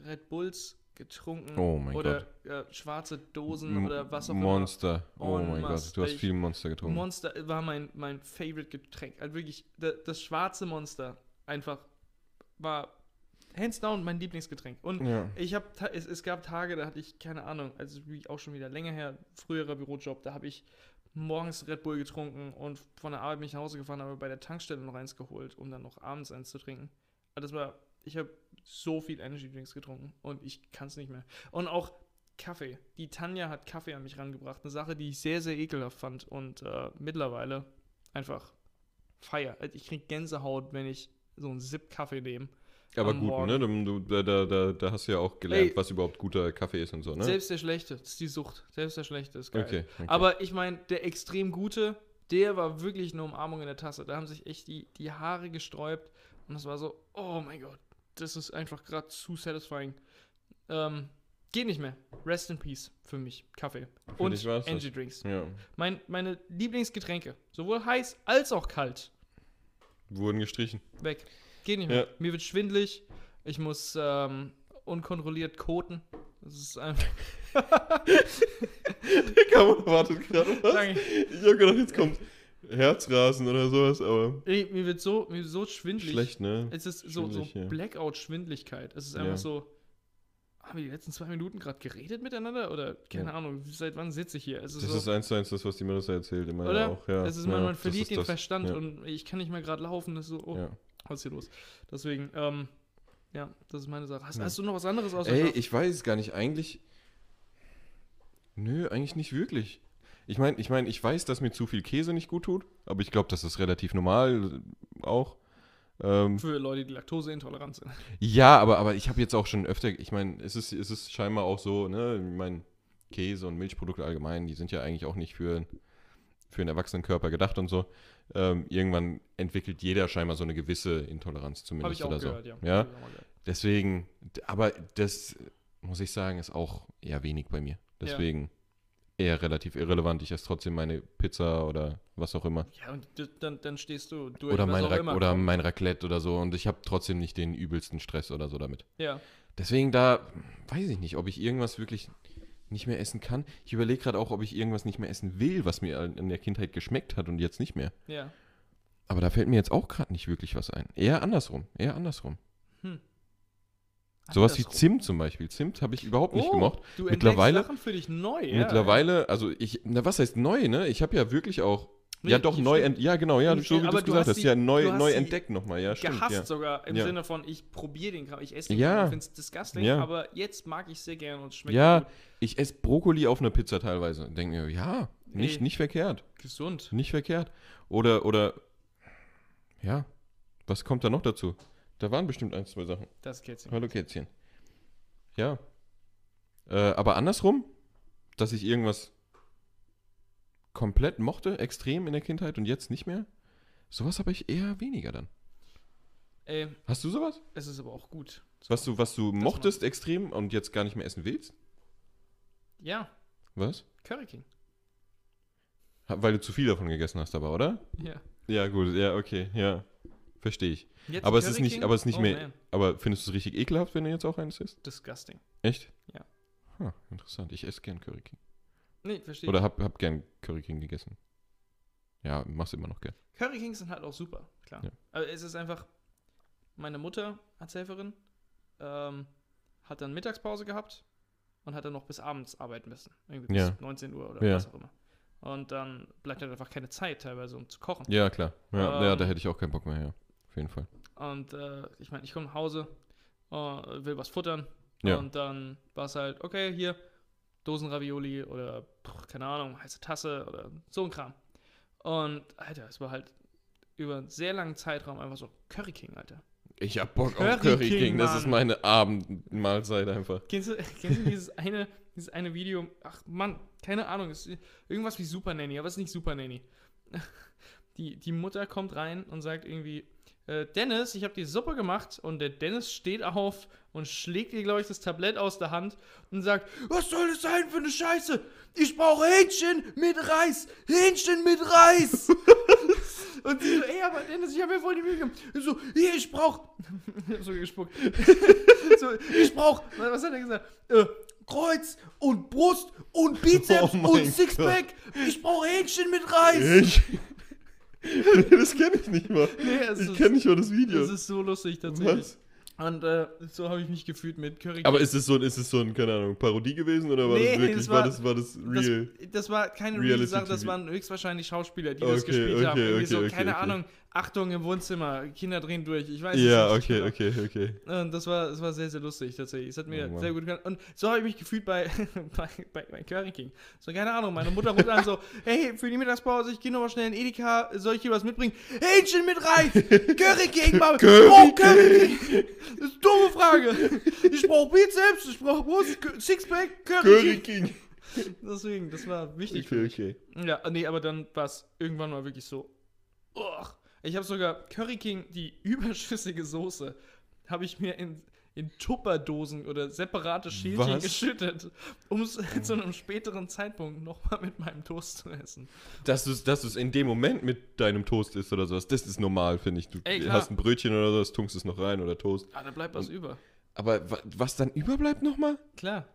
Red Bulls getrunken.
Oh mein
oder äh, schwarze Dosen
M-
oder was auch immer.
Monster. Oh
En
mein
masse.
Gott, du hast
Ich-
viel Monster getrunken.
Monster war mein, mein Favorite Getränk. Also wirklich, da- das schwarze Monster einfach war hands down mein Lieblingsgetränk. Und
ja.
ich habe, es, es gab Tage, da hatte ich keine Ahnung, also wie auch schon wieder länger her, früherer Bürojob, da habe ich morgens Red Bull getrunken und von der Arbeit bin ich nach Hause gefahren, habe bei der Tankstelle noch eins geholt, um dann noch abends eins zu trinken. Aber das war, ich habe so viel Energy Drinks getrunken und ich kann es nicht mehr. Und auch Kaffee. Die Tanja hat Kaffee an mich rangebracht, eine Sache, die ich sehr, sehr ekelhaft fand und äh, mittlerweile einfach feier. Also Ich krieg Gänsehaut, wenn ich so einen Sip Kaffee nehme.
Aber
am
gut, ne? Du, da, da, da, da hast du ja auch gelernt,
Ey.
was überhaupt guter Kaffee ist und so, ne?
Selbst der Schlechte, das ist die Sucht. Selbst der Schlechte ist geil.
Okay, okay.
Aber ich meine, der extrem Gute, der war wirklich eine Umarmung in der Tasse. Da haben sich echt die, die Haare gesträubt und das war so, oh mein Gott, das ist einfach gerade zu satisfying. Ähm, geht nicht mehr. Rest in Peace für mich. Kaffee und
dich war's das. Hm.
Energy Drinks.
ja.
Mein, meine Lieblingsgetränke, sowohl heiß als auch kalt,
Wurden gestrichen.
weg. Geht nicht mehr.
Ja.
Mir wird schwindelig. Ich muss ähm, unkontrolliert koten. Das ist einfach.
Digga, wartet gerade
Danke.
Ich hab gedacht, jetzt kommt Herzrasen oder sowas, aber
Ey, mir wird so, mir wird so schwindelig.
schlecht, ne?
Es ist so, so
Schwindelig, ja.
Blackout-Schwindligkeit. Es ist einfach
Ja.
so. Haben wir die letzten zwei Minuten gerade geredet miteinander? Oder keine
Ja.
Ahnung, seit wann sitze ich hier? Es ist
Das
so,
ist eins zu eins das, was die Melissa erzählt, immer
oder?
ja auch. Ja,
es ist,
ja,
man, man
das
verliert
ist
den
das.
Verstand
ja.
und ich kann nicht mehr gerade laufen. Das ist so, oh,
Ja.
was ist hier los? Deswegen, ähm, ja, das ist meine Sache. Hast,
Ja.
hast du noch was anderes außer
Hm. Ey,
Kaffee?
ich weiß es gar nicht. Eigentlich. Nö, eigentlich nicht wirklich. Ich meine, ich meine, ich weiß, dass mir zu viel Käse nicht gut tut, aber ich glaube, das ist relativ normal äh, auch. Ähm,
für Leute, die laktoseintolerant sind?
ja, aber, aber ich habe jetzt auch schon öfter, ich meine, es ist, es ist scheinbar auch so, ne, ich meine, Käse und Milchprodukte allgemein, die sind ja eigentlich auch nicht für, für einen erwachsenen Körper gedacht und so. Ähm, irgendwann entwickelt jeder scheinbar so eine gewisse Intoleranz
Habe
zumindest
ich auch
oder
gehört,
so.
ja.
ja?
Hab ich auch mal gehört.
Deswegen, d- aber das muss ich sagen, ist auch eher wenig bei mir. Deswegen eher relativ irrelevant. Ich esse trotzdem meine Pizza oder was auch immer.
Ja, und d- dann, dann stehst du durch.
Oder
was
mein,
auch
Ra
immer
oder
kommt.
mein Raclette oder so. Und ich habe trotzdem nicht den übelsten Stress oder so damit.
Ja,
Deswegen da weiß ich nicht, ob ich irgendwas wirklich nicht mehr essen kann. Ich überlege gerade auch, ob ich irgendwas nicht mehr essen will, was mir an- in der Kindheit geschmeckt hat und jetzt nicht mehr.
ja.
Aber da fällt mir jetzt auch gerade nicht wirklich was ein. Eher andersrum, eher andersrum. Sowas wie
Andersrum.
Zimt zum Beispiel. Zimt habe ich überhaupt nicht
Oh,
gemocht.
Du
Mittlerweile-
entdeckst Sachen für dich neu. Ja,
Mittlerweile, also ich, na was heißt neu, ne? Ich habe ja wirklich auch,
Nee,
ja doch,
ich-
neu,
stimmt.
ent, ja genau, ja,
Ich-
so wie
aber
du es
du
gesagt
hast
hast,
sie-
ja, neu,
du hast
neu
sie
entdeckt nochmal, ja, stimmt,
gehasst
ja.
sogar im
Ja.
Sinne von, ich probiere den Kram, ich esse den
Ja.
Kram, ich finde es disgusting,
Ja.
aber jetzt mag ich sehr gern und es schmeckt
Ja,
gut.
ich esse Brokkoli auf einer Pizza teilweise. Denke mir, ja, nicht,
Nee.
nicht verkehrt,
gesund.
nicht verkehrt. Oder, oder, ja, was kommt da noch dazu? Da waren bestimmt ein, zwei Sachen.
Das geht's nicht.
Hallo Kätzchen. Ja. Äh, aber andersrum, dass ich irgendwas komplett mochte, extrem in der Kindheit und jetzt nicht mehr, sowas habe ich eher weniger dann.
Ey,
Hast du sowas?
Äh, es ist aber auch gut.
Was du, was du mochtest extrem und jetzt gar nicht mehr essen willst?
Ja,
Was?
Curry King.
Ha- Weil du zu viel davon gegessen hast, aber, oder?
Ja.
Ja, gut, ja, okay, ja. Verstehe ich.
Jetzt
Aber es
Curry
ist nicht-
King?
aber es ist nicht
oh,
mehr-
Man.
Aber findest du es richtig ekelhaft, wenn du jetzt auch eines isst?
Disgusting.
Echt?
Ja.
Hm, interessant. Ich esse gern Curry King.
Nee, verstehe.
Oder hab, hab gern Curry King gegessen. Ja, mach's immer noch gern.
Curry Kings sind halt auch super, klar.
Ja.
Aber es ist einfach, meine Mutter als Helferin ähm, hat dann Mittagspause gehabt und hat dann noch bis abends arbeiten müssen. Irgendwie bis
Ja.
19 Uhr oder
Ja.
was auch immer. Und dann bleibt halt einfach keine Zeit teilweise, um zu kochen.
Ja, klar. Ja, ja,
Ähm,
da hätte ich auch keinen Bock mehr, ja. Auf jeden Fall.
Und äh, ich meine, ich komme nach Hause, äh, will was futtern.
Ja.
Und dann war es halt, okay, hier, Dosenravioli oder pff, keine Ahnung, heiße Tasse oder so ein Kram. Und Alter, es war halt über einen sehr langen Zeitraum einfach so Curry King, Alter.
Ich hab Bock
Curry
auf Curry King.
King,
Das ist
Mann.
meine Abendmahlzeit einfach.
Kennst du, kennst du dieses, eine, dieses eine Video? Ach Mann, keine Ahnung, es ist irgendwas wie Super Nanny, aber es ist nicht Super Nanny. Die, die Mutter kommt rein und sagt irgendwie, äh, Dennis, ich habe die Suppe gemacht und der Dennis steht auf und schlägt ihr, glaube ich, das Tablett aus der Hand und sagt, was soll das sein für eine Scheiße? Ich brauche Hähnchen mit Reis, Hähnchen mit Reis. Und sie so, ey, aber Dennis, ich habe mir voll die Mühe gegeben. Und so, hier, ich brauch. Ich hab so gespuckt. so, ich brauch. Was hat er gesagt? Äh, Kreuz und Brust und Bizeps
Oh mein
und Sixpack. Ich brauch Hähnchen mit Reis.
Ich? nee, das kenne ich nicht mal.
Nee, es
ich
ist-
kenne nicht mal das Video.
Das ist so lustig tatsächlich.
Was?
Und äh, so habe ich mich gefühlt mit Curry.
Aber ist es so, ein- ist es so ein, keine Ahnung, Parodie gewesen oder war
Nee,
das
das
wirklich, war,
war-
das, war das
das,
real?
das war keine real
Reality
Sache, das
TV.
waren höchstwahrscheinlich Schauspieler, die das
Okay,
gespielt haben.
okay,
Irgendwie so,
okay, okay,
keine
okay.
Ahnung, Achtung im Wohnzimmer, Kinder drehen durch, ich weiß
ja,
es nicht.
okay,
genau.
okay, okay.
Und das war, das war sehr, sehr lustig tatsächlich. Es hat mir
Oh Mann.
sehr gut gefallen. Und so habe ich mich gefühlt bei, bei, bei, bei Curry King. So, keine Ahnung, meine Mutter ruft an so, hey, für die Mittagspause, ich gehe nochmal schnell in Edeka, soll ich hier was mitbringen? Hähnchen mit Reis! Curry King, Mama!
Curry
oh, Curry King! Das ist eine dumme Frage. Ich brauche Bizeps, ich brauche Brust, Sixpack, Curry,
Curry
King.
King.
Deswegen, das war wichtig für
Okay, okay.
ja, nee, aber dann war es irgendwann mal wirklich so. Uah. Ich habe sogar Curry King, die überschüssige Soße, habe ich mir in, in Tupperdosen oder separate Schälchen
Was? Oh.
geschüttet, um es zu einem späteren Zeitpunkt nochmal mit meinem Toast zu essen.
Dass du es dass du's in dem Moment mit deinem Toast isst oder sowas, das ist normal, finde ich. Du
Ey, klar.
hast ein Brötchen oder sowas, tunkst es noch rein oder Toast.
Ah, da bleibt
Oh.
was über.
Aber wa was dann überbleibt nochmal?
Klar.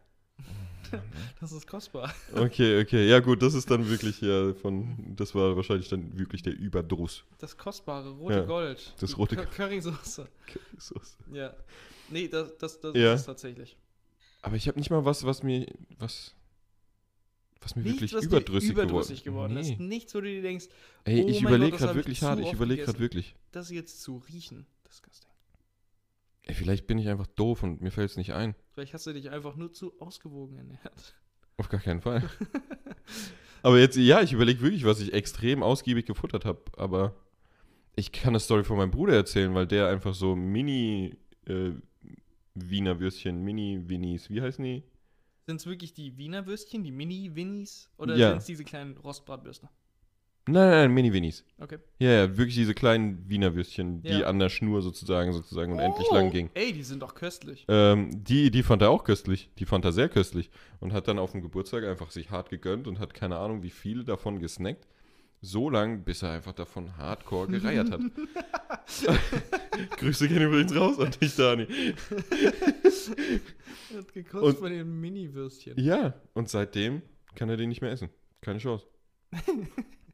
Oh, ne?
Das ist kostbar.
Okay, okay. Ja, gut, das ist dann wirklich ja von. Das war wahrscheinlich dann wirklich der Überdruss.
Das kostbare rote
Ja,
Gold.
das
Die
rote
Cur-
Gold.
Currysoße. Ja. Nee, das, das, das
Ja.
ist es tatsächlich.
Aber ich habe nicht mal was, was mir. Was. Was mir
Nichts,
wirklich
was dir
überdrüssig,
überdrüssig
geworden
geworden
nee.
ist. Nichts, wo du dir denkst,
Ey,
Oh
ich
mein
überlege
Gott, das
gerade
hab ich
wirklich
zu
hart. Ich
oft
überlege gerade
gegessen.
wirklich.
das jetzt zu riechen. Disgusting.
Ey, vielleicht bin ich einfach doof und mir fällt es nicht ein.
Vielleicht hast du dich einfach nur zu ausgewogen ernährt.
Auf gar keinen Fall. aber jetzt, ja, ich überlege wirklich, was ich extrem ausgiebig gefuttert habe. Aber ich kann eine Story von meinem Bruder erzählen, weil der einfach so Mini äh, Wiener Würstchen, Mini Winnies, wie heißen die?
Sind es wirklich die Wiener Würstchen, die Mini-Winnies? Oder
Ja.
sind es diese kleinen Rostbratwürste?
Nein, nein, nein Mini Winnies.
Okay.
Ja, ja, wirklich diese kleinen Wiener Würstchen, die
Ja. Oh.
an der Schnur sozusagen, sozusagen unendlich lang gingen.
Ey, die sind doch köstlich.
Ähm, die, die fand er auch köstlich. Die fand er sehr köstlich. Und hat dann auf dem Geburtstag einfach sich hart gegönnt und hat keine Ahnung, wie viele davon gesnackt. So lange, bis er einfach davon hardcore gereiert hat. Grüße gehen übrigens raus an dich, Dani.
Hat
Und-
gekostet von den Mini-Würstchen.
Ja, und seitdem kann er den nicht mehr essen. Keine Chance.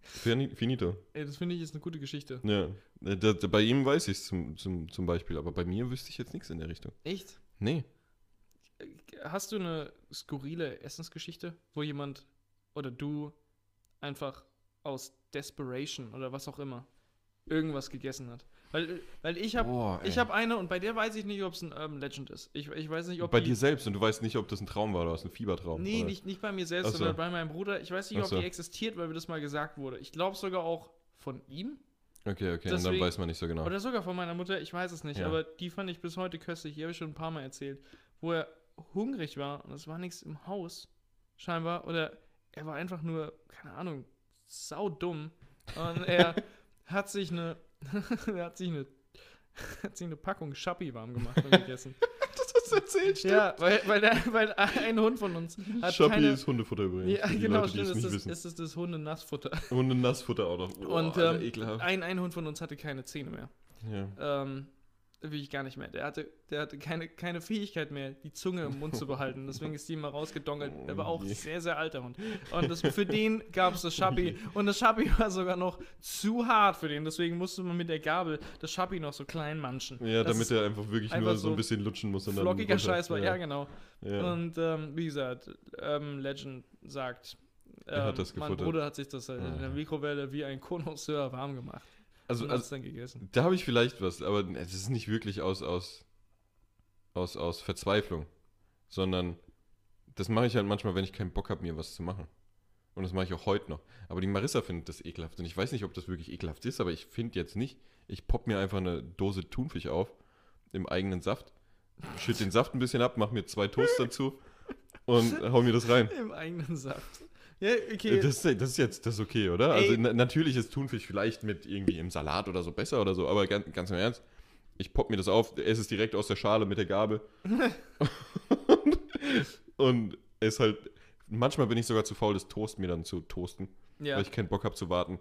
Fini- Finito.
Ey, das finde ich ist eine gute Geschichte.
Ja. Äh, Da, da, bei ihm weiß ich es zum, zum, zum Beispiel, aber bei mir wüsste ich jetzt nichts in der Richtung.
Echt?
Nee.
Hast du eine skurrile Essensgeschichte, wo jemand oder du einfach aus Desperation oder was auch immer irgendwas gegessen hat? Weil, weil ich habe
Boah,
ich hab eine und bei der weiß ich nicht, ob es ein Urban Legend ist. Ich, ich weiß nicht, ob
bei
die,
dir selbst und du weißt nicht, ob das ein Traum war oder was, ein Fiebertraum.
Nee,
oder?
nicht, nicht bei mir selbst,
Ach so.
sondern bei meinem Bruder. Ich weiß nicht,
Ach
ob
so.
die existiert, weil mir das mal gesagt wurde. Ich glaube sogar auch von ihm
Okay, okay, und dann
Deswegen-
weiß man nicht so genau.
oder sogar von meiner Mutter. Ich weiß es nicht,
Ja.
aber die fand ich bis heute köstlich. Die habe ich schon ein paar Mal erzählt, wo er hungrig war und es war nichts im Haus, scheinbar. Oder er war einfach nur, keine Ahnung, saudumm. Und er hat sich eine, er hat sich eine, hat sich eine Packung Schappi warm gemacht und gegessen.
Das hast du erzählt,
ja, weil, weil, der, weil ein Hund von uns hat
Schappi
keine,
ist Hundefutter übrigens.
Ja,
für die
genau,
Leute, die es
stimmt. Es
nicht
ist,
wissen.
es ist das Hundenassfutter.
Hunde Nassfutter auch noch. Boah,
und
Alter,
ähm,
ekelhaft.
ein, ein Hund von uns hatte keine Zähne mehr.
Ja.
Ähm, will ich gar nicht mehr. Der hatte, der hatte keine, keine Fähigkeit mehr, die Zunge im Mund zu behalten. Deswegen ist die immer rausgedongelt. Der war auch
Oh je.
sehr, sehr alter Hund. Und das, für den gab es das Schappi.
Oh
Und das Schappi war sogar noch zu hart für den. Deswegen musste man mit der Gabel das Schappi noch so klein manchen.
ja,
Das
damit
ist
er einfach wirklich
einfach
nur so ein
so
bisschen lutschen muss. und dann
flockiger
runter.
Scheiß war. Ja,
Ja,
genau.
ja.
Und ähm, wie gesagt, Urban Legend sagt, ähm,
Er hat das
mein
gefuttert.
Bruder hat sich das halt in der
Ja.
Mikrowelle wie ein Connoisseur warm gemacht
Also,
und hat
also,
es dann gegessen.
da habe ich vielleicht was, aber es ist nicht wirklich aus, aus, aus, aus Verzweiflung, sondern das mache ich halt manchmal, wenn ich keinen Bock habe, mir was zu machen. Und das mache ich auch heute noch. Aber die Marissa findet das ekelhaft. Und ich weiß nicht, ob das wirklich ekelhaft ist, aber ich finde jetzt nicht. Ich popp mir einfach eine Dose Thunfisch auf im eigenen Saft, schütt den Saft ein bisschen ab, mach mir zwei Toast dazu und hau mir das rein.
Im eigenen Saft. Ja, okay.
Äh, Das, das ist jetzt das ist okay, oder?
Ey.
Also na, natürlich ist Thunfisch vielleicht mit irgendwie im Salat oder so besser oder so, aber ganz, ganz im Ernst, ich popp mir das auf, esse es direkt aus der Schale mit der Gabel. und, und es halt, manchmal bin ich sogar zu faul, das Toast mir dann zu toasten,
ja.
weil ich keinen Bock habe zu warten.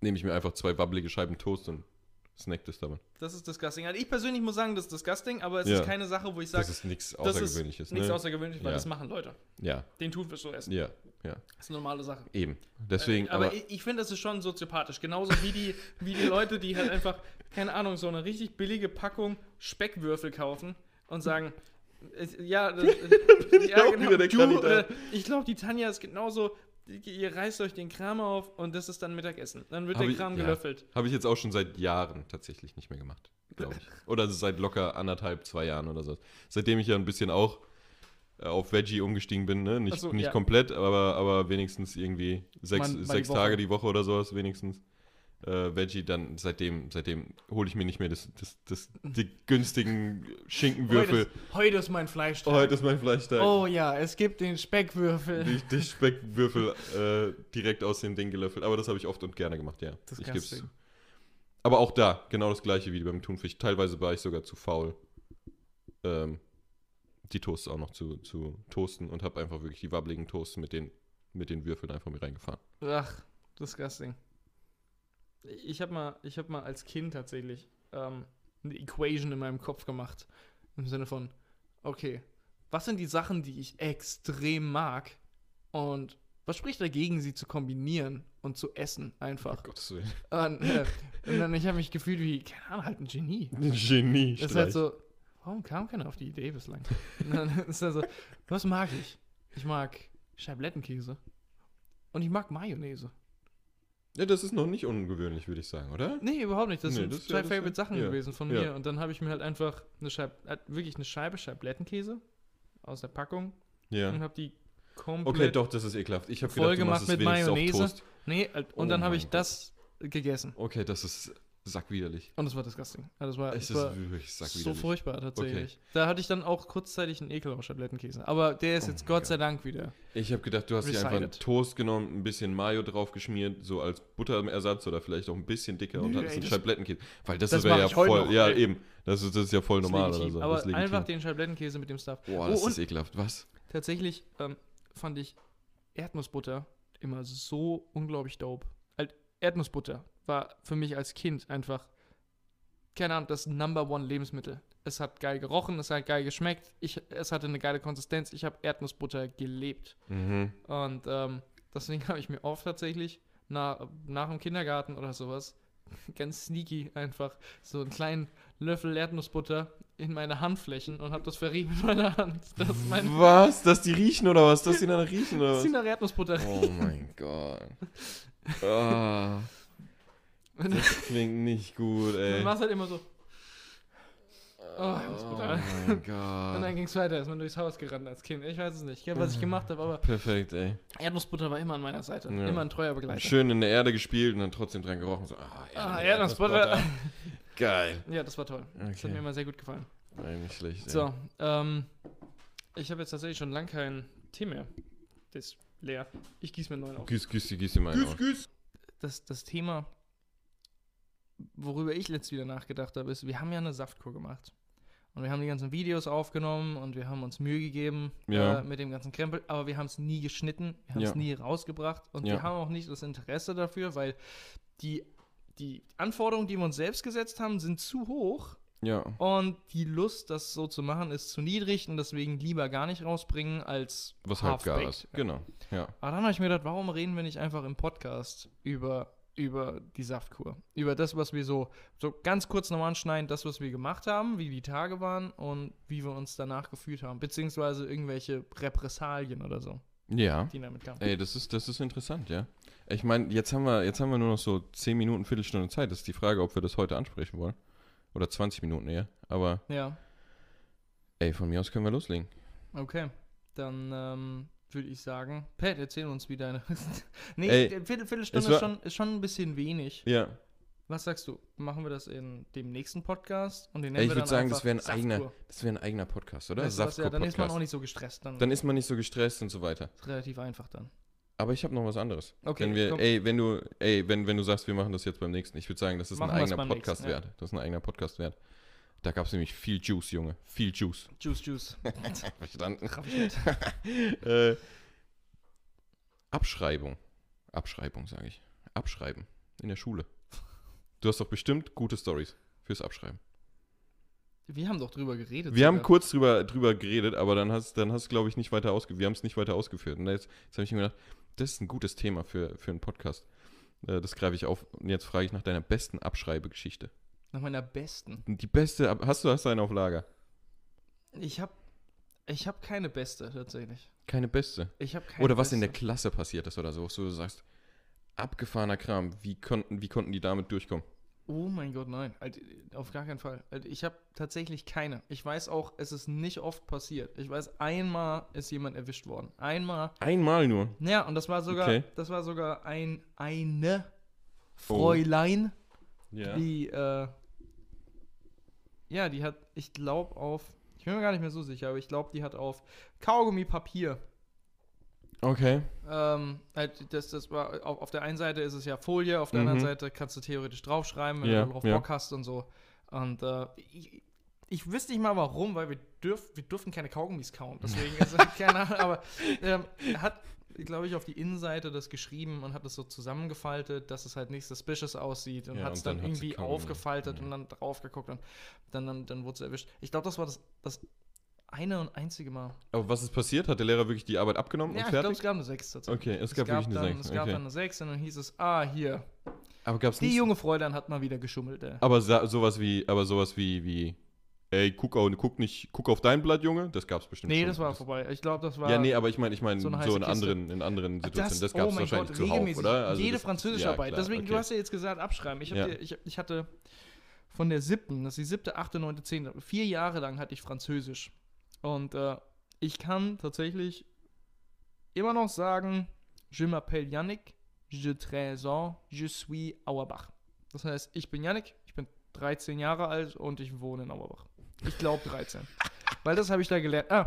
nehme ich mir einfach zwei wabbelige Scheiben Toast und snack das damit.
Das ist disgusting. Also ich persönlich muss sagen, das ist disgusting, aber es
Ja.
ist keine Sache, wo ich
Das
sage,
ist nichts
das ist
Außergewöhnliches.
nichts
ne?
Außergewöhnliches, weil
Ja.
das machen Leute.
ja,
Den tun wir so essen.
ja, ja.
Das ist eine normale Sache.
Eben. Deswegen,
Äh, aber,
aber,
ich, ich finde, das ist schon soziopathisch. Genauso wie die, wie die Leute, die halt einfach, keine Ahnung, so eine richtig billige Packung Speckwürfel kaufen und sagen, äh, ja, das, äh, ja
auch wieder der
du, äh,
Kandidat.
ich glaube, die Tanja ist genauso, die- ihr reißt euch den Kram auf und das ist dann Mittagessen. Dann wird
Hab
der
ich-
Kram
ja.
gelöffelt.
Habe ich jetzt auch schon seit Jahren tatsächlich nicht mehr gemacht, glaube ich. Oder seit locker anderthalb, zwei Jahren oder so. Seitdem ich ja ein bisschen auch äh, auf Veggie umgestiegen bin, ne?
Ach
Nicht,
so,
nicht
ja.
komplett, aber, aber wenigstens irgendwie sechs,
Mal- mal die
sechs
Woche.
Tage die Woche oder sowas wenigstens. Äh, Veggie, dann seitdem, seitdem hole ich mir nicht mehr das, das, das, die günstigen Schinkenwürfel.
ist, heute ist mein Fleisch.
Oh, heute ist mein Fleischtag.
ja, es gibt den Speckwürfel.
Die, die Speckwürfel äh, direkt aus dem Ding gelöffelt. Aber das habe ich oft und gerne gemacht, ja.
Das
ich
kannst
geb's
du.
zu. Aber auch da, genau das gleiche wie beim Thunfisch. Teilweise war ich sogar zu faul, ähm, die Toasts auch noch zu, zu toasten und habe einfach wirklich die wabbeligen Toasts mit den, mit den Würfeln einfach mir reingefahren.
Ach, disgusting. Ich habe mal, ich hab mal als Kind tatsächlich ähm, eine Equation in meinem Kopf gemacht. Im Sinne von, okay, was sind die Sachen, die ich extrem mag? Und was spricht dagegen, sie zu kombinieren und zu essen einfach?
Gottes Willen.
Und, äh, und dann, ich habe mich gefühlt wie, keine Ahnung, halt ein Genie.
Genie.
Das ist halt so, warum kam keiner auf die Idee bislang? Und dann ist er so, was mag ich? Ich mag Scheiblettenkäse. Und ich mag Mayonnaise.
ja, das ist noch nicht ungewöhnlich, würde ich sagen, oder?
Nee, überhaupt nicht. Das
Nee,
sind
das
zwei
wär- das wär-
Favorite Sachen
ja,
gewesen von
ja.
mir. Und dann habe ich mir halt einfach eine Scheibe, äh, wirklich eine Scheibe Scheiblettenkäse aus der Packung
Ja.
und habe die
Okay,
Mhm. komplett.
doch, das ist ekelhaft. Ich habe
Voll
gedacht, du machst es
gemacht mit
wenigstens auf
Mayonnaise.
Toast.
Nee, äh, und
Oh
dann habe
mein
ich
Gott.
das gegessen.
Okay, das ist sackwiderlich.
Und das war disgusting. Also das war,
Es
das
ist
war
wirklich sackwiderlich.
so furchtbar tatsächlich. Da hatte ich dann auch kurzzeitig einen Ekel auf Scheiblettenkäse. Aber der ist
Oh
jetzt
mein
Gott
Gott.
sei Dank wieder.
Ich habe gedacht, du hast hier einfach einen
Recited.
Toast genommen, ein bisschen Mayo draufgeschmiert, so als Butterersatz oder vielleicht auch ein bisschen dicker und
Nö,
hattest
ey,
ein
das-
Scheiblettenkäse. Weil das,
das
wäre
mach
ja
ich heute
voll.
noch,
ja,
ey.
eben. Das ist, das ist ja voll normal
ist
oder
legitim.
so.
Aber
das ist
einfach den Scheiblettenkäse mit dem Stuff.
Boah, das
oh,
ist
und
ekelhaft. Was?
tatsächlich ähm, fand ich Erdnussbutter immer so unglaublich dope. Halt, Erdnussbutter war für mich als Kind einfach, keine Ahnung, das Number One Lebensmittel. Es hat geil gerochen, es hat geil geschmeckt, ich, es hatte eine geile Konsistenz. Ich habe Erdnussbutter gelebt.
Mhm.
Und ähm, deswegen habe ich mir oft tatsächlich nach, nach dem Kindergarten oder sowas ganz sneaky einfach so einen kleinen Löffel Erdnussbutter in meine Handflächen und habe das verrieben mit meiner Hand. Das ist mein
Was? Dass die riechen oder was? Dass die dann riechen oder
Sie
was?
nach Erdnussbutter.
Oh mein Gott. Ah,
Und
das klingt nicht gut,
dann
ey.
war es halt immer so.
Oh
Erdnussbutter.
mein
Und dann
Gott.
ging es weiter, ist man durchs Haus gerannt als Kind. Ich weiß es nicht, gell,
Mhm.
was ich gemacht habe, aber
Perfekt, ey.
Erdnussbutter war immer an meiner Seite.
Ja.
Immer ein treuer Begleiter.
Schön in der Erde gespielt und dann trotzdem dran gerochen. So, ah,
Ah, Erdnussbutter.
Geil.
Ja, das war toll. Das hat mir
Okay.
immer sehr gut gefallen.
Nein, nicht schlecht. ey.
So, ähm, ich habe jetzt tatsächlich schon lange keinen Tee mehr. Der ist leer. Ich gieße mir einen neuen auf.
Güß, güß, güß ihm einen. auf.
Das, das Thema, worüber ich letzt wieder nachgedacht habe, ist, wir haben ja eine Saftkur gemacht. Und wir haben die ganzen Videos aufgenommen und wir haben uns Mühe gegeben
Ja.
äh, mit dem ganzen Krempel, aber wir haben es nie geschnitten, wir haben es
Ja.
nie rausgebracht und wir
Ja.
haben auch nicht das Interesse dafür, weil die, die Anforderungen, die wir uns selbst gesetzt haben, sind zu hoch
Ja.
und die Lust, das so zu machen, ist zu niedrig und deswegen lieber gar nicht rausbringen als
Was halt gar
half-baked.
ist. Genau. Ja.
Aber Ah, dann habe ich mir gedacht, warum reden wir nicht einfach im Podcast über, über die Saftkur? Über das, was wir so, so ganz kurz nochmal anschneiden, das, was wir gemacht haben, wie die Tage waren und wie wir uns danach gefühlt haben. Beziehungsweise irgendwelche Repressalien oder so,
Ja.
die damit kamen.
Ey, das ist, das ist interessant, ja. Ich meine, jetzt haben wir, jetzt haben wir nur noch so 10 Minuten, Viertelstunde Zeit. Das ist die Frage, ob wir das heute ansprechen wollen. Oder 20 Minuten eher. Aber
Ja,
ey, von mir aus können wir loslegen.
okay. Dann ähm, würde ich sagen, Pat, erzähl uns wie deine. nee, äh,
Ey,
Viertel,
es
Viertelstunde
war-
ist schon, ist schon ein bisschen wenig.
Ja.
Was sagst du? Machen wir das in dem nächsten Podcast und den
Ey,
nennen
ich
wir
würde
dann
sagen,
einfach
das wäre ein
Saftkur.
eigener, das wäre ein eigener Podcast, oder?
Weißt du was, ja, dann ist man
Saftkur-Podcast.
auch nicht so gestresst, dann,
Dann ist man nicht so gestresst und so weiter.
ist es relativ einfach dann.
Aber ich habe noch was anderes.
Okay,
wenn wir,
komm.
ey, wenn du, ey, wenn, wenn du sagst, wir machen das jetzt beim nächsten, ich würde sagen, das ist
Machen
ein
wir's
eigener
beim nächsten,
Podcast
ja.
wert. Das ist ein eigener Podcast wert. Da gab es nämlich viel Juice, Junge. Viel Juice.
Juice, Juice.
Verstanden.
Raff ich nicht.
äh, Abschreibung. Abschreibung, sage ich. Abschreiben. in der Schule. Du hast doch bestimmt gute Stories fürs Abschreiben.
Wir haben doch drüber geredet.
Wir haben
sogar.
kurz drüber, drüber geredet, aber dann hast dann hast glaube ich nicht weiter ausge wir haben es nicht weiter ausgeführt. Und jetzt, jetzt habe ich mir gedacht, das ist ein gutes Thema für, für einen Podcast. Äh, Das greife ich auf. Und jetzt frage ich nach deiner besten Abschreibegeschichte.
Nach meiner besten.
Die beste, Ab- hast du hast du eine auf Lager?
Ich habe ich hab keine beste, tatsächlich.
Keine beste.
Ich habe keine
Oder was in der
beste.
Klasse passiert ist oder so, wo du sagst, abgefahrener Kram, wie konnten, wie konnten die damit durchkommen?
Oh mein Gott, nein. Also, auf gar keinen Fall. Also, ich habe tatsächlich keine. Ich weiß auch, es ist nicht oft passiert. Ich weiß, einmal ist jemand erwischt worden. Einmal.
Einmal nur.
Ja, und das war sogar,
Okay.
das war sogar ein, eine
Oh.
Fräulein,
Ja.
die, äh, ja, die hat, ich glaube, auf, ich bin mir gar nicht mehr so sicher, aber ich glaube, die hat auf Kaugummipapier
Okay.
ähm, halt, das, das war, auf, auf der einen Seite ist es ja Folie, auf der anderen
Mhm.
Seite kannst du theoretisch draufschreiben, wenn
Ja,
du darauf
ja.
Bock hast und so. Und äh, ich, ich wüsste nicht mal warum, weil wir, dürf, wir dürfen keine Kaugummis kauen. Deswegen ist keine Ahnung, aber ähm, hat, glaube ich, auf die Innenseite das geschrieben und hat das so zusammengefaltet, dass es halt nicht suspicious aussieht und
Ja,
hat es
und dann
dann,
hat sie
irgendwie
Kaugummi.
aufgefaltet
Mhm.
und dann drauf geguckt und dann, dann, dann wurde es erwischt. Ich glaube, das war das, das eine und einzige Mal.
Aber was ist passiert? Hat der Lehrer wirklich die Arbeit abgenommen
Ja,
und
ich glaube,
fertig?
es gab eine 6 tatsächlich.
okay, es
Es
gab,
gab,
wirklich
dann,
eine
es
6.
gab dann
Okay.
eine 6 und dann hieß es, ah, hier.
Aber gab es
Die
nicht
junge Fräulein hat mal wieder geschummelt, ey.
Aber sa- sowas wie, aber sowas wie, wie, ey, guck, au, guck nicht, guck auf dein Blatt, Junge, das gab's bestimmt.
Nee,
schon.
das war vorbei. Ich glaube, das war.
Ja, nee, aber ich meine, ich meine,
so
so,
eine heiße
in
Kiste.
anderen, in anderen Situationen, das,
oh
gab's
mein
wahrscheinlich
Gott,
zuhauf,
regelmäßig.
oder? Also
Jede
das-
Französischarbeit.
klar,
Deswegen, du
okay.
hast ja jetzt gesagt, abschreiben. Ich, hab
Ja.
dir, ich, ich hatte von der siebten, das ist die siebte, achte, neunte, zehnte, vier Jahre lang hatte ich Französisch. Und äh, ich kann tatsächlich immer noch sagen, je m'appelle Yannick, je 13 ans, je suis Auerbach. Das heißt, ich bin Yannick, ich bin 13 Jahre alt und ich wohne in Auerbach. Ich glaube 13. Weil das habe ich da gelernt. Ah,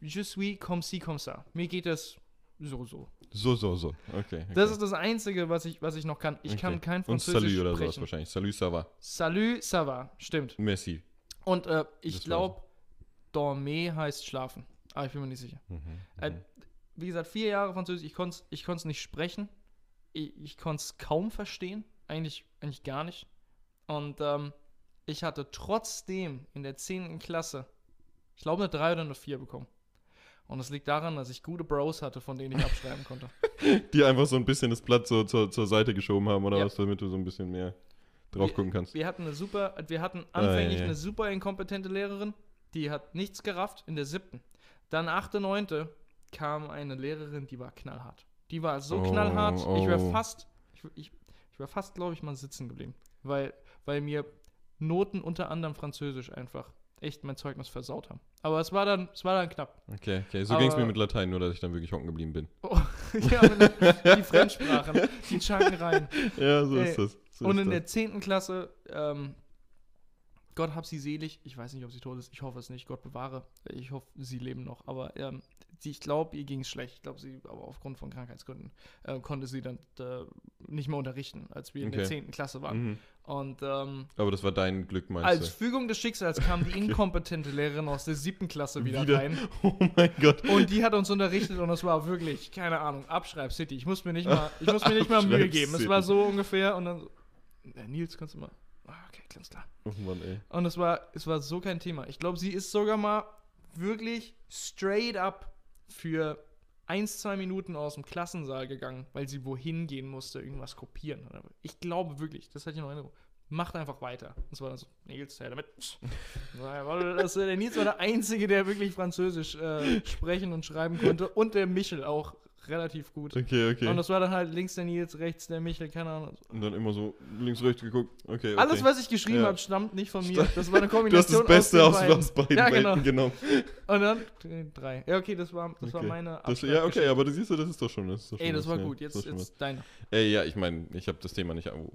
je suis comme si comme ça. Mir geht das so, so.
So, so, so. Okay. okay.
Das ist das Einzige, was ich, was ich noch kann. Ich kann
Okay.
kein
Und
Französisch
Salut oder sowas
sprechen.
wahrscheinlich. Salut, ça va.
Salut, ça va. Stimmt.
Merci.
Und äh,
Das
ich
war's.
glaube, Dormir heißt schlafen. Aber ich bin mir nicht sicher. Äh,
Mhm.
wie gesagt, vier Jahre Französisch. Ich konnte es ich konnt's nicht sprechen. Ich, ich konnte es kaum verstehen. Eigentlich, eigentlich gar nicht. Und ähm, ich hatte trotzdem in der 10. Klasse, ich glaube, eine 3 oder eine 4 bekommen. Und das liegt daran, dass ich gute Bros hatte, von denen ich abschreiben konnte.
Die einfach so ein bisschen das Blatt so zur, zur Seite geschoben haben oder
Ja.
was, damit du so ein bisschen mehr drauf gucken kannst.
Wir hatten eine super, wir hatten anfänglich
Ei.
eine super inkompetente Lehrerin, die hat nichts gerafft in der siebten. Dann achte, neunte kam eine Lehrerin, die war knallhart. Die war so
Oh,
knallhart, ich wäre
oh.
fast, ich, ich, ich wäre fast, glaube ich, mal sitzen geblieben, weil, weil mir Noten unter anderem Französisch einfach echt mein Zeugnis versaut haben. Aber es war dann, es war dann knapp.
Okay, okay. So ging's mir
Aber-
mit Latein, nur dass ich dann wirklich hocken geblieben bin.
Oh, ja, die Fremdsprachen, die schanken rein.
Ja, so
Ey,
ist das. So
und
ist
in
das.
der 10. Klasse, ähm, Gott hab sie selig. Ich weiß nicht, ob sie tot ist. Ich hoffe es nicht. Gott bewahre. Ich hoffe, sie leben noch. Aber ähm, sie, ich glaube, ihr ging es schlecht. Ich glaube, sie, aber aufgrund von Krankheitsgründen, äh, konnte sie dann äh, nicht mehr unterrichten, als wir in der
Okay.
10. Klasse waren.
Mhm.
Und ähm,
Aber das war dein Glück, meinst
als
du?
Fügung des Schicksals kam die inkompetente Lehrerin aus der 7. Klasse wieder, rein.
Oh mein Gott.
Und die hat uns unterrichtet und es war wirklich, keine Ahnung, Abschreib City. Ich muss mir nicht mal, ich muss mir nicht mal Mühe
Abschreib
geben. Es
City.
war so ungefähr und dann so, "Na, Nils, kannst du mal. Ah, Okay, ganz klar.
Oh Mann, ey.
Und es war, es war so kein Thema. Ich glaube, sie ist sogar mal wirklich straight up für eins, zwei Minuten aus dem Klassensaal gegangen, weil sie wohin gehen musste, irgendwas kopieren. Ich glaube wirklich, das hatte ich noch in Erinnerung. Macht einfach weiter. Und es war dann so, Nils, her damit. Das, äh, der Nils war der Einzige, der wirklich Französisch äh, sprechen und schreiben konnte. Und der Michel auch relativ gut.
Okay, okay.
Und das war dann halt links der Nils, rechts der Michel, keine Ahnung.
Und dann immer so links, rechts geguckt. Okay, okay.
Alles, was ich geschrieben
Ja.
habe, stammt nicht von mir. Das war eine
du hast
Kombination
das Beste aus,
den
aus beiden
Ja, genau.
Welten genommen.
Und dann drei. Ja, okay, das war, das war
Okay.
meine
Das, ja, okay,
Abschreibgeschichte.
aber du siehst du, das ist doch schon. Das ist doch schon
Ey, das
was,
war
ja.
gut.
Das
Jetzt,
ist schon was.
jetzt deine.
Ey, ja, ich meine, ich habe das Thema nicht an-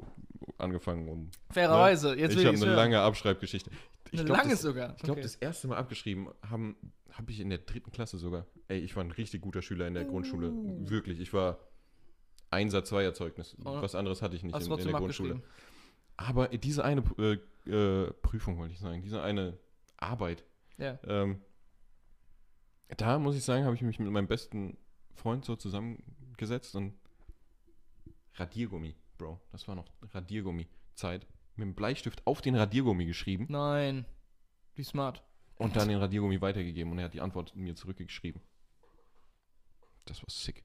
angefangen und
Fairerweise, jetzt
ich
will
habe
ich's
eine
hören.
lange Abschreibgeschichte. Ich
Eine
glaub,
lange
das-
sogar.
Ich glaube,
okay.
das erste Mal abgeschrieben habe hab ich in der dritten Klasse sogar. Ey, ich war ein richtig guter Schüler in der Grundschule.
Uh.
Wirklich, ich war Einser, Zweier Zeugnis.
Oh.
Was anderes hatte ich nicht
Hast
in, in
trotzdem
der Grundschule.
abgeschrieben.
Aber diese eine äh, äh, Prüfung, wollte ich sagen, diese eine Arbeit,
Ja.
ähm, da muss ich sagen, habe ich mich mit meinem besten Freund so zusammengesetzt und Radiergummi. Bro. Das war noch Radiergummi-Zeit. Mit dem Bleistift auf den Radiergummi geschrieben
Nein. Wie smart.
und dann den Radiergummi weitergegeben und er hat die Antwort mir zurückgeschrieben. Das war sick.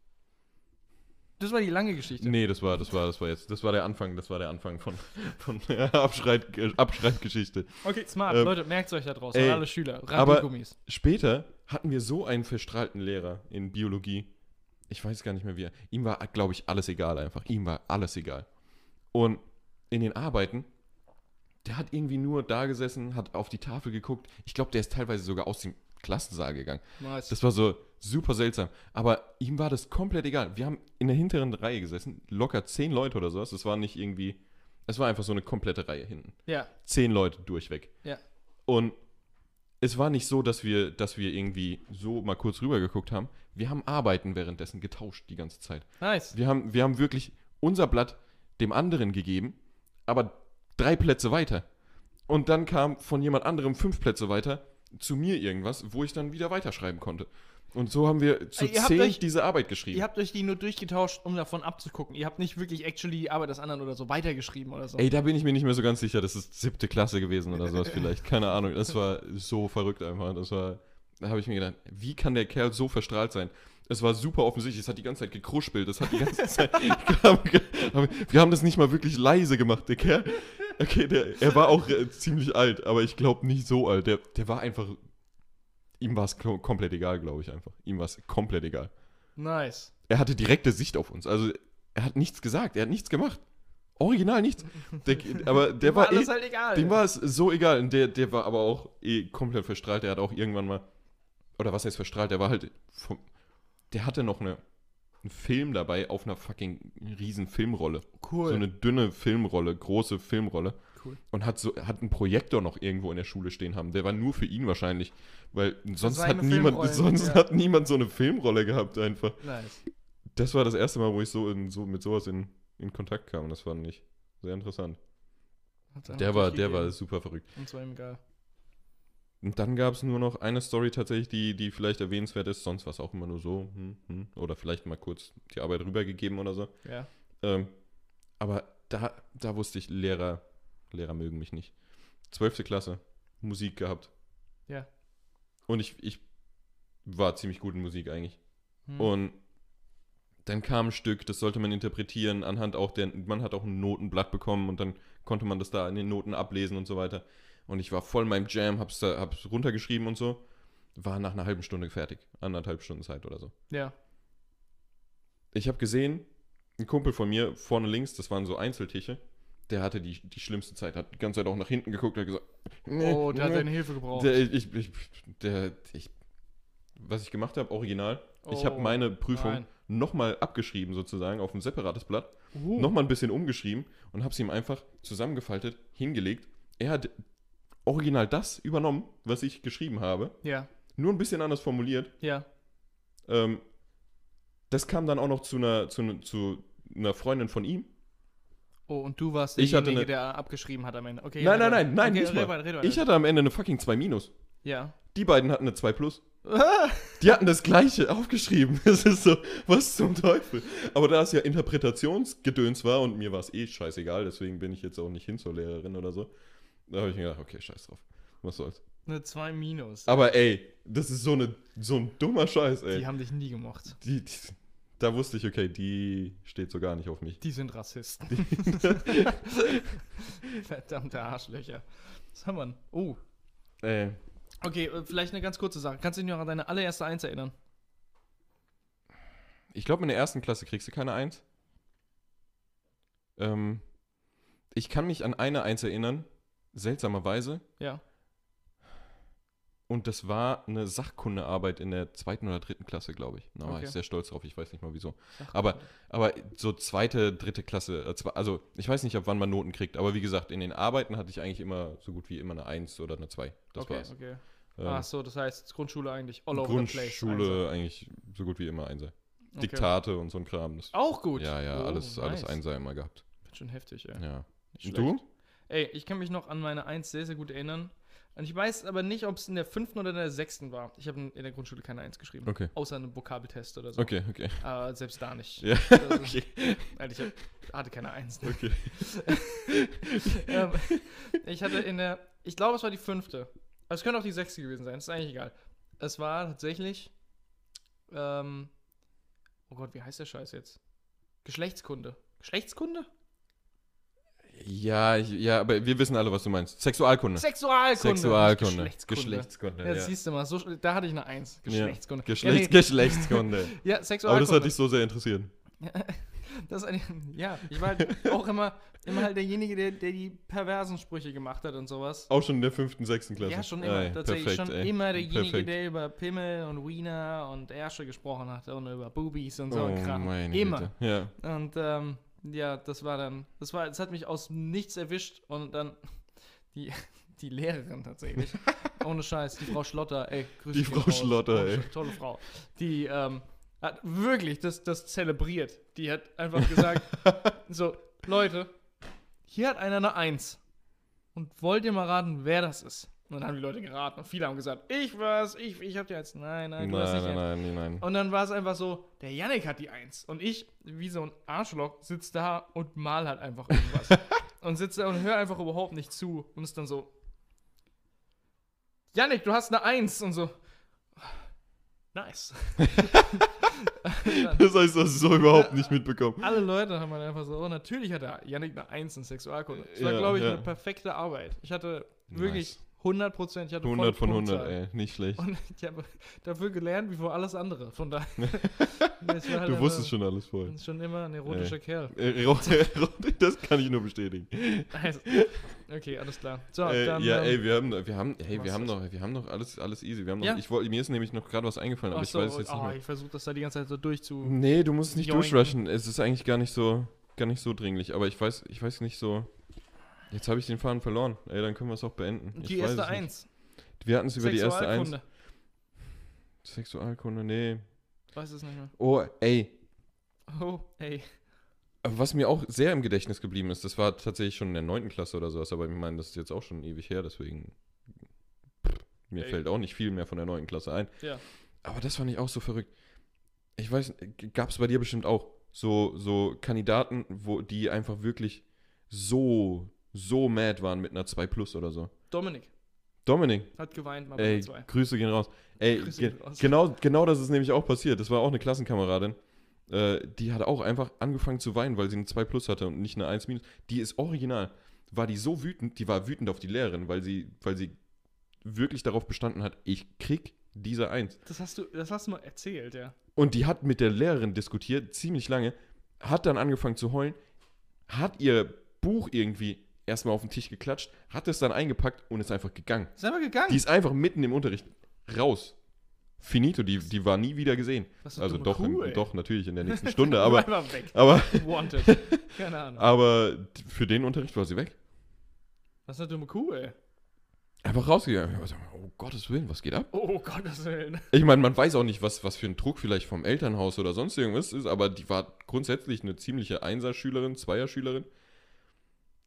Das war die lange Geschichte.
Nee, das war, das war, das war jetzt, das war der Anfang, das war der Anfang von, von der Abschreit, Abschreibgeschichte.
Okay. Smart.
Ähm,
Leute, merkt euch da draußen.
ey,
alle Schüler.
aber-
Radiergummis.
Später hatten wir so einen verstrahlten Lehrer in Biologie. Ich weiß gar nicht mehr wie er. Ihm war, glaube ich, alles egal einfach. Ihm war alles egal. Und in den Arbeiten, der hat irgendwie nur da gesessen, hat auf die Tafel geguckt. Ich glaube, der ist teilweise sogar aus dem Klassensaal gegangen.
Nice.
Das war so super seltsam. Aber ihm war das komplett egal. Wir haben in der hinteren Reihe gesessen, locker zehn Leute oder sowas. Das war nicht irgendwie. Es war einfach so eine komplette Reihe hinten
ja.
zehn Leute durchweg.
Ja.
Und es war nicht so, dass wir, dass wir irgendwie so mal kurz rübergeguckt haben. Wir haben Arbeiten währenddessen getauscht die ganze Zeit.
Nice.
Wir haben, wir haben wirklich unser Blatt dem anderen gegeben, aber drei Plätze weiter. Und dann kam von jemand anderem fünf Plätze weiter zu mir irgendwas, wo ich dann wieder weiterschreiben konnte. Und so haben wir zu
Ihr habt
zehn
euch-
diese Arbeit geschrieben.
Ihr habt euch die nur durchgetauscht, um davon abzugucken. Ihr habt nicht wirklich actually die Arbeit des anderen oder so weitergeschrieben oder so.
Ey, da bin ich mir nicht mehr so ganz sicher. Das ist siebte Klasse gewesen oder sowas vielleicht. Keine Ahnung. Das war so verrückt einfach. Das war, da habe ich mir gedacht, wie kann der Kerl so verstrahlt sein? Es war super offensichtlich. Es hat die ganze Zeit gekruspelt. Das hat die ganze Zeit. wir haben das nicht mal wirklich leise gemacht, der Kerl. Okay, der, er war auch äh, ziemlich alt, aber ich glaube nicht so alt. Der, der war einfach. Ihm war es klo- komplett egal, glaube ich einfach. Ihm war es komplett egal.
Nice.
Er hatte direkte Sicht auf uns. Also er hat nichts gesagt, er hat nichts gemacht. Original nichts. Der, aber der
Dem
war, eh,
alles halt egal.
dem war es so egal. Und der, der war aber auch eh komplett verstrahlt. Der hat auch irgendwann mal, oder was heißt verstrahlt, der war halt, vom, der hatte noch eine, einen Film dabei auf einer fucking riesen Filmrolle.
cool.
So eine dünne Filmrolle, große Filmrolle.
Cool.
Und hat, so, hat einen Projektor noch irgendwo in der Schule stehen haben. Der war nur für ihn wahrscheinlich. Weil sonst,
seine
hat niemand,
Filmrollen,
sonst
ja.
hat niemand so eine Filmrolle gehabt einfach.
nice.
Das war das erste Mal, wo ich so, in, so mit sowas in, in Kontakt kam. Und das fand ich sehr interessant.
Hat's einfach
Der war, der war
durchgegeben.
super verrückt.
Und zwar ihm egal.
Und dann gab es nur noch eine Story tatsächlich, die, die vielleicht erwähnenswert ist. Sonst war es auch immer nur so. Hm, hm. Oder vielleicht mal kurz die Arbeit rübergegeben oder so.
Ja.
Ähm, aber da, da wusste ich, Lehrer, Lehrer mögen mich nicht. Zwölfte Klasse, Musik gehabt.
Ja.
Und ich, ich war ziemlich gut in Musik eigentlich.
Hm.
Und dann kam ein Stück, das sollte man interpretieren, anhand auch der, man hat auch ein Notenblatt bekommen und dann konnte man das da in den Noten ablesen und so weiter. Und ich war voll in meinem Jam, hab's, da, hab's runtergeschrieben und so. War nach einer halben Stunde fertig. Anderthalb Stunden Zeit oder so.
Ja.
Ich habe gesehen, ein Kumpel von mir, vorne links, das waren so Einzeltische, der hatte die, die schlimmste Zeit, hat die ganze Zeit auch nach hinten geguckt, hat gesagt,
Oh, der hat
nee.
deine Hilfe gebraucht.
Der, ich, ich, der, ich, was ich gemacht habe, original, ich habe
Oh,
meine Prüfung
nein.
nochmal abgeschrieben sozusagen auf ein separates Blatt,
Uh.
nochmal ein bisschen umgeschrieben und habe es ihm einfach zusammengefaltet, hingelegt. Er hat original das übernommen, was ich geschrieben habe,
Ja.
nur ein bisschen anders formuliert.
Ja.
Ähm, das kam dann auch noch zu einer, zu, einer- zu einer Freundin von ihm.
Oh, und du warst
Ich hatte
derjenige,
eine-
der abgeschrieben hat am Ende. Okay,
nein,
red
nein, nein,
weiter.
nein,
okay,
nicht mal.
red weiter, red weiter.
ich hatte am Ende eine fucking 2 Minus.
Ja.
Die beiden hatten eine 2 Plus. Die hatten das gleiche aufgeschrieben. Es ist so, was zum Teufel. Aber da es ja Interpretationsgedöns war und mir war es eh scheißegal, deswegen bin ich jetzt auch nicht hin zur Lehrerin oder so, da habe ich mir gedacht, okay, scheiß drauf. Was soll's.
Eine 2 minus.
Aber ey, das ist so, eine, so ein dummer Scheiß, ey.
Die haben dich nie gemocht.
Die, die, da wusste ich, okay, die steht so gar nicht auf mich.
Die sind Rassisten. Verdammte Arschlöcher. Was haben wir denn? Oh.
Ey,
Okay, äh, vielleicht eine ganz kurze Sache. Kannst du dich noch an deine allererste Eins erinnern?
ich glaube, in der ersten Klasse kriegst du keine Eins. Ähm, ich kann mich an eine Eins erinnern, seltsamerweise.
Ja.
Und das war eine Sachkundearbeit in der zweiten oder dritten Klasse, glaube ich. Da war
Okay.
ich sehr stolz drauf, ich weiß nicht mal wieso. Aber, aber so zweite, dritte Klasse, äh, zwe- also ich weiß nicht, ab wann man Noten kriegt, aber wie gesagt, in den Arbeiten hatte ich eigentlich immer so gut wie immer eine Eins oder eine Zwei. Das
okay,
war's.
okay.
Ähm,
Ach so, das heißt Grundschule eigentlich all over the place.
Grundschule eigentlich so gut wie immer Einser.
Einser. Okay.
Diktate und so ein Kram. Das,
Auch gut.
Ja, ja,
Oh,
alles, alles
nice.
Einser immer gehabt.
Schon heftig, ja.
Ja.
Nicht
Und
schlecht.
du?
Ey, ich kann mich noch an meine Eins sehr, sehr gut erinnern. Und ich weiß aber nicht, ob es in der fünften oder in der sechsten war. Ich habe in in der Grundschule keine Eins geschrieben.
Okay.
Außer einem Vokabeltest oder so.
Okay, okay.
Aber selbst da nicht.
Ja,
Also,
okay.
Alter, ich hab, hatte keine Eins. Ne?
Okay.
ähm, ich hatte in der, ich glaube, es war die fünfte. Aber es könnte auch die sechste gewesen sein, ist eigentlich egal. Es war tatsächlich, ähm, oh Gott, wie heißt der Scheiß jetzt? Geschlechtskunde. Geschlechtskunde?
Ja, ich, ja, aber wir wissen alle, was du meinst. Sexualkunde.
Sexualkunde.
Sexualkunde.
Nicht Geschlechtskunde.
Geschlechtskunde.
Ja, das
ja.
siehst du mal, so, sch- da hatte ich eine Eins. Geschlechtskunde.
Ja. Geschlechts
ja,
Geschlechtskunde.
nee. ja
aber das halt
Sexualkunde.
hat dich so sehr interessiert.
Das ist ein- ja, ich war halt auch immer, immer halt derjenige, der, der die perversen Sprüche gemacht hat und sowas.
Auch schon in der fünften, sechsten Klasse.
Ja, schon immer.
Ey,
tatsächlich
perfekt,
schon
ey.
immer derjenige,
Perfekt.
der über Pimmel und Wiener und Ärsche gesprochen hat und über Boobies und so
Oh,
ein Kram.
meine
immer.
Güte. Ja.
Und ähm, ja, das war dann, das war, das hat mich aus nichts erwischt und dann die, die Lehrerin tatsächlich. Ohne Scheiß, die Frau Schlotter, ey, grüß
Die
dich
Frau
raus.
Schlotter,
Oh,
ey.
Tolle Frau. Die ähm, hat wirklich das, das zelebriert. Die hat einfach gesagt, so, Leute, hier hat einer eine Eins. Und wollt ihr mal raten, wer das ist? Und dann haben die Leute geraten und viele haben gesagt, ich war's, ich, ich hab die Eins. Nein, nein,
Nein,
du hast nicht
nein,
die Eins.
nein, nein, nein.
Und dann war es einfach so, der Yannick hat die Eins. Und ich, wie so ein Arschloch, sitz da und mal halt einfach irgendwas. und sitze da und höre einfach überhaupt nicht zu. Und ist dann so, Yannick, du hast eine Eins. Und so, nice.
Das heißt, du hast es so überhaupt nicht mitbekommen.
Alle Leute haben halt einfach so, oh, natürlich hat der Yannick eine Eins in Sexualkunde. Das war,
Ja,
glaube ich,
ja.
eine perfekte Arbeit. Ich hatte
Nice.
wirklich 100 Prozent.
100 von 100, ey. Nicht schlecht.
Und ich habe dafür gelernt, wie vor alles andere. Von daher. Es war halt
Du wusstest
einfach-
schon alles vorher.
Ist schon immer ein erotischer Kerl.
Äh, Erotik, Das kann ich nur bestätigen.
Also, okay, alles klar. So,
Äh,
dann.
ja,
ähm,
ey, wir haben, wir haben, hey,
machst
wir haben
du's.
noch, wir haben noch alles, alles easy. Wir haben noch,
Ja.
ich wollte, mir ist nämlich noch gerade was eingefallen, aber
ach
ich
so,
weiß es jetzt
oh,
nicht mehr. Hm,
ich versuche das da die ganze Zeit so durchzu.
Nee, du musst es nicht
Joinken.
durchrushen. Es ist eigentlich gar nicht so, gar nicht so dringlich. Aber ich weiß, ich weiß nicht so. Jetzt habe ich den Faden verloren. Ey, dann können wir es auch beenden. Ich
Die
weiß
erste
es nicht.
Eins.
Wir hatten es über die erste Eins.
Sexualkunde.
Sexualkunde, nee.
Weiß es nicht mehr.
Oh, ey.
Oh, ey.
Aber was mir auch sehr im Gedächtnis geblieben ist, das war tatsächlich schon in der 9. Klasse oder sowas, aber ich meine, das ist jetzt auch schon ewig her, deswegen pff, mir
Ey.
fällt auch nicht viel mehr von der 9. Klasse ein.
Ja.
Aber das fand ich auch so verrückt. Ich weiß, gab es bei dir bestimmt auch so, so Kandidaten, wo die einfach wirklich so, so mad waren mit einer 2 Plus oder so.
Dominik
Dominik,
hat geweint mal bei
Ey,
zwei.
Grüße gehen raus. Ey,
Grüße
ge
gehen raus.
Genau, genau das ist nämlich auch passiert. Das war auch eine Klassenkameradin. Äh, die hat auch einfach angefangen zu weinen, weil sie eine 2 plus hatte und nicht eine 1 minus. Die ist original. War die so wütend, die war wütend auf die Lehrerin, weil sie, weil sie wirklich darauf bestanden hat, ich krieg diese 1.
Das hast du, das hast du mal erzählt, ja.
Und die hat mit der Lehrerin diskutiert, ziemlich lange, hat dann angefangen zu heulen, hat ihr Buch irgendwie erstmal auf den Tisch geklatscht, hat es dann eingepackt und ist einfach gegangen.
Ist einfach gegangen.
Die ist einfach mitten im Unterricht raus. Finito, die, die war nie wieder gesehen.
Was für eine
Also
dumme
doch,
Kuh,
im,
ey.
doch natürlich in der nächsten Stunde,
War
aber, Ah.
einfach weg.
aber,
Wanted. Keine Ahnung.
aber für den Unterricht war sie weg.
Was ist eine dumme Kuh, ey.
Einfach rausgegangen. Ich war so, Oh Gottes Willen, was geht ab?
Oh, Gottes Willen.
Ich meine, man weiß auch nicht, was, was für ein Druck vielleicht vom Elternhaus oder sonst irgendwas ist, aber die war grundsätzlich eine ziemliche Einserschülerin, Zweierschülerin.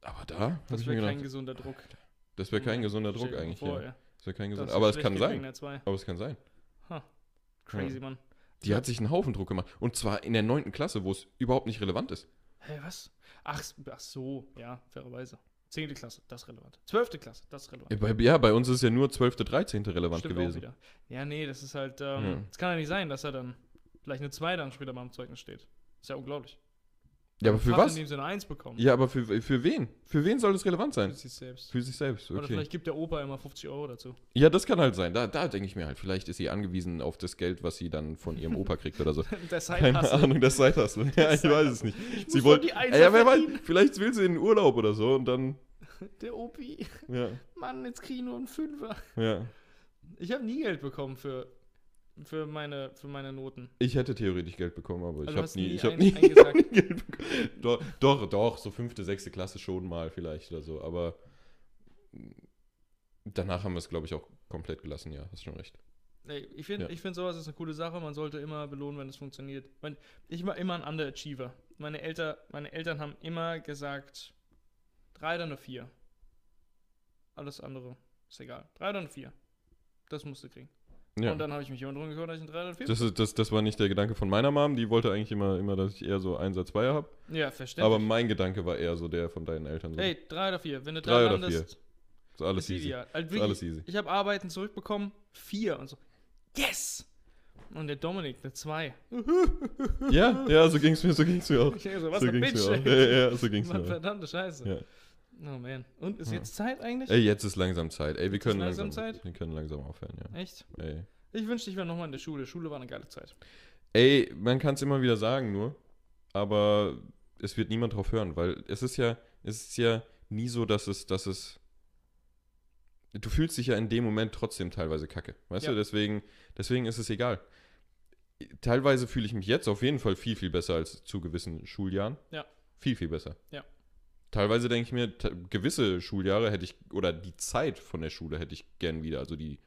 Aber da habe
Das
ich mir
wäre kein
gedacht,
gesunder Druck.
das wäre kein gesunder
Stell
Druck
dir mal
eigentlich.
vor,
ja.
ey.
Das wäre kein
Das
gesunder.
ist
Aber es
schlecht
kann
gegen
sein.
der Zwei.
Aber es kann sein.
Crazy, Mann.
Die hat sich einen Haufen Druck gemacht. Und zwar in der neunten Klasse, wo es überhaupt nicht relevant ist.
Hä, was? Ach, s- ach so, ja, fairerweise. Zehnte Klasse, das ist relevant. Zwölfte Klasse, das ist relevant.
Ja, bei, ja, bei uns ist ja nur 12., 13. relevant
Stimmt auch
gewesen. Hm.
wieder. Ja, nee, das ist halt, ähm,
Ja.
es kann ja nicht sein, dass er dann gleich eine 2 dann später mal am Zeugnis steht. Ist ja unglaublich.
Ja, aber für
Hat
was?
in dem Sinne 1 bekommen.
Ja, aber für, für wen? Für wen soll es relevant
Für
sein?
sich selbst.
Für sich selbst,
Oder
okay.
vielleicht gibt der Opa immer 50 Euro dazu.
Ja, das kann halt sein. Da, da denke ich mir halt, vielleicht ist sie angewiesen auf das Geld, was sie dann von ihrem Opa kriegt oder so. Keine
der Side-Hustle.
Ahnung, das sei das. Ja, ich weiß es nicht. Sie
muss
wollte.
doch die Einser
Ja, wer weiß,
verdienen.
vielleicht will sie in den Urlaub oder so und dann.
Der Opi.
Ja,
Mann, jetzt krieg ich nur einen Fünfer.
ja.
Ich habe nie Geld bekommen für, für, meine, für meine Noten.
Ich hätte theoretisch Geld bekommen, aber
Also
ich
du
habe
hast
nie,
nie
ich hab
ein-
nie, ich hab
eingesagt?
nie Geld bekommen. Doch, doch, doch, so fünfte, sechste Klasse schon mal vielleicht oder so, aber danach haben wir es, glaube ich, auch komplett gelassen, ja, hast schon recht.
Ey, ich finde,
Ja.
ich find sowas ist eine coole Sache. Man sollte immer belohnen, wenn es funktioniert. Mein, ich war immer ein Underachiever. Meine, Elter, meine Eltern haben immer gesagt, drei oder eine vier. Alles andere Ist egal. 3 oder 4. Das musst du kriegen.
Ja.
Und dann habe ich mich immer drum gekümmert, dass ich ein 3 oder 4
Das, ist, das, das war nicht der Gedanke von meiner Mom. Die wollte eigentlich immer, immer dass ich eher so 1er, 2er habe.
Ja, verständlich.
Aber mein Gedanke war eher so der von deinen Eltern. So.
Hey, 3 oder 4. Wenn du
Drei
3
oder
landest,
ist alles
ist
easy.
ideal. Also
Ist
wirklich,
alles easy.
Ich habe Arbeiten zurückbekommen, 4 und so. Yes! Und der Dominik, eine 2.
Ja, ja, so ging es mir, so ging's mir auch.
Ich denke so, was
so
eine
ging's
Bitch.
mir auch. Ja,
ey.
ja, ja, so ging's
Mann,
mir auch.
verdammte Scheiße.
Ja.
Oh man. Und ist jetzt Zeit eigentlich?
Ey, jetzt ist langsam Zeit. Ey, wir
ist
können
langsam
langsam,
Zeit?
Wir können langsam aufhören, ja.
Echt?
Ey.
Ich wünschte, ich wäre nochmal in der Schule. Schule war eine geile Zeit.
Ey, man kann es immer wieder sagen nur, aber es wird niemand drauf hören, weil es ist ja, es ist ja nie so, dass es, dass es. Du fühlst dich ja in dem Moment trotzdem teilweise kacke. Weißt
Ja.
du, deswegen, deswegen ist es egal. Teilweise fühle ich mich jetzt auf jeden Fall viel, viel besser als zu gewissen Schuljahren.
Ja.
Viel, viel besser.
Ja.
Teilweise denke ich mir, te- gewisse Schuljahre hätte ich, oder die Zeit von der Schule hätte ich gern wieder, also die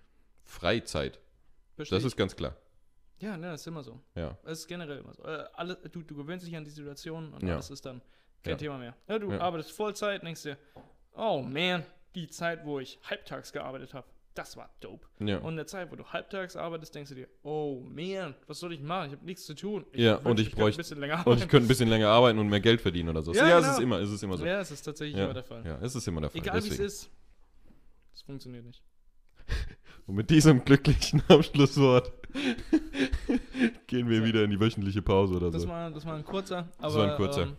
Freizeit.
Verstehe
Das ist ganz klar.
ich. Ja, ne, das ist immer so.
Ja.
Das ist generell immer so. Äh, alle, du, du gewöhnst dich an die Situation und
Ja.
alles ist dann kein
Ja.
Thema mehr. Ja, du
Ja.
arbeitest Vollzeit, denkst dir, oh man, die Zeit, wo ich halbtags gearbeitet habe, das war dope.
Ja.
Und in der Zeit, wo du halbtags arbeitest, denkst du dir, oh man, was soll ich machen? Ich habe nichts zu tun.
Ja,
wünschte,
und ich
könnte
bräuchte-
ein bisschen länger
Und
arbeiten.
ich könnte ein bisschen länger arbeiten und mehr Geld verdienen oder so.
Ja,
Ja,
genau.
es ist immer, es ist immer so. Ja,
ja, es ist tatsächlich immer der Fall.
ja, es ist immer der Fall.
Egal wie es
Deswegen.
ist, es funktioniert nicht.
Und mit diesem glücklichen Abschlusswort gehen wir
So.
wieder in die wöchentliche Pause oder
Das
so.
war, das war ein kurzer, aber
Also Das war ein kurzer.
Ähm,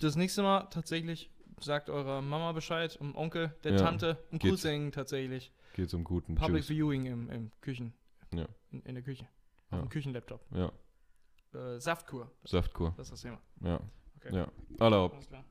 das nächste Mal tatsächlich sagt eurer Mama Bescheid, um Onkel, der
Ja.
Tante, um
Geht's.
Cousin tatsächlich.
Geht zum um guten
Public
Tschüss.
Viewing im, im Küchen.
Ja.
In, in der Küche.
Ja.
Auf dem Küchenlaptop.
Ja,
Äh, Saftkur,
Saftkur.
das ist das Thema.
Ja.
Okay.
Ja. Alle hopp.
Alles klar.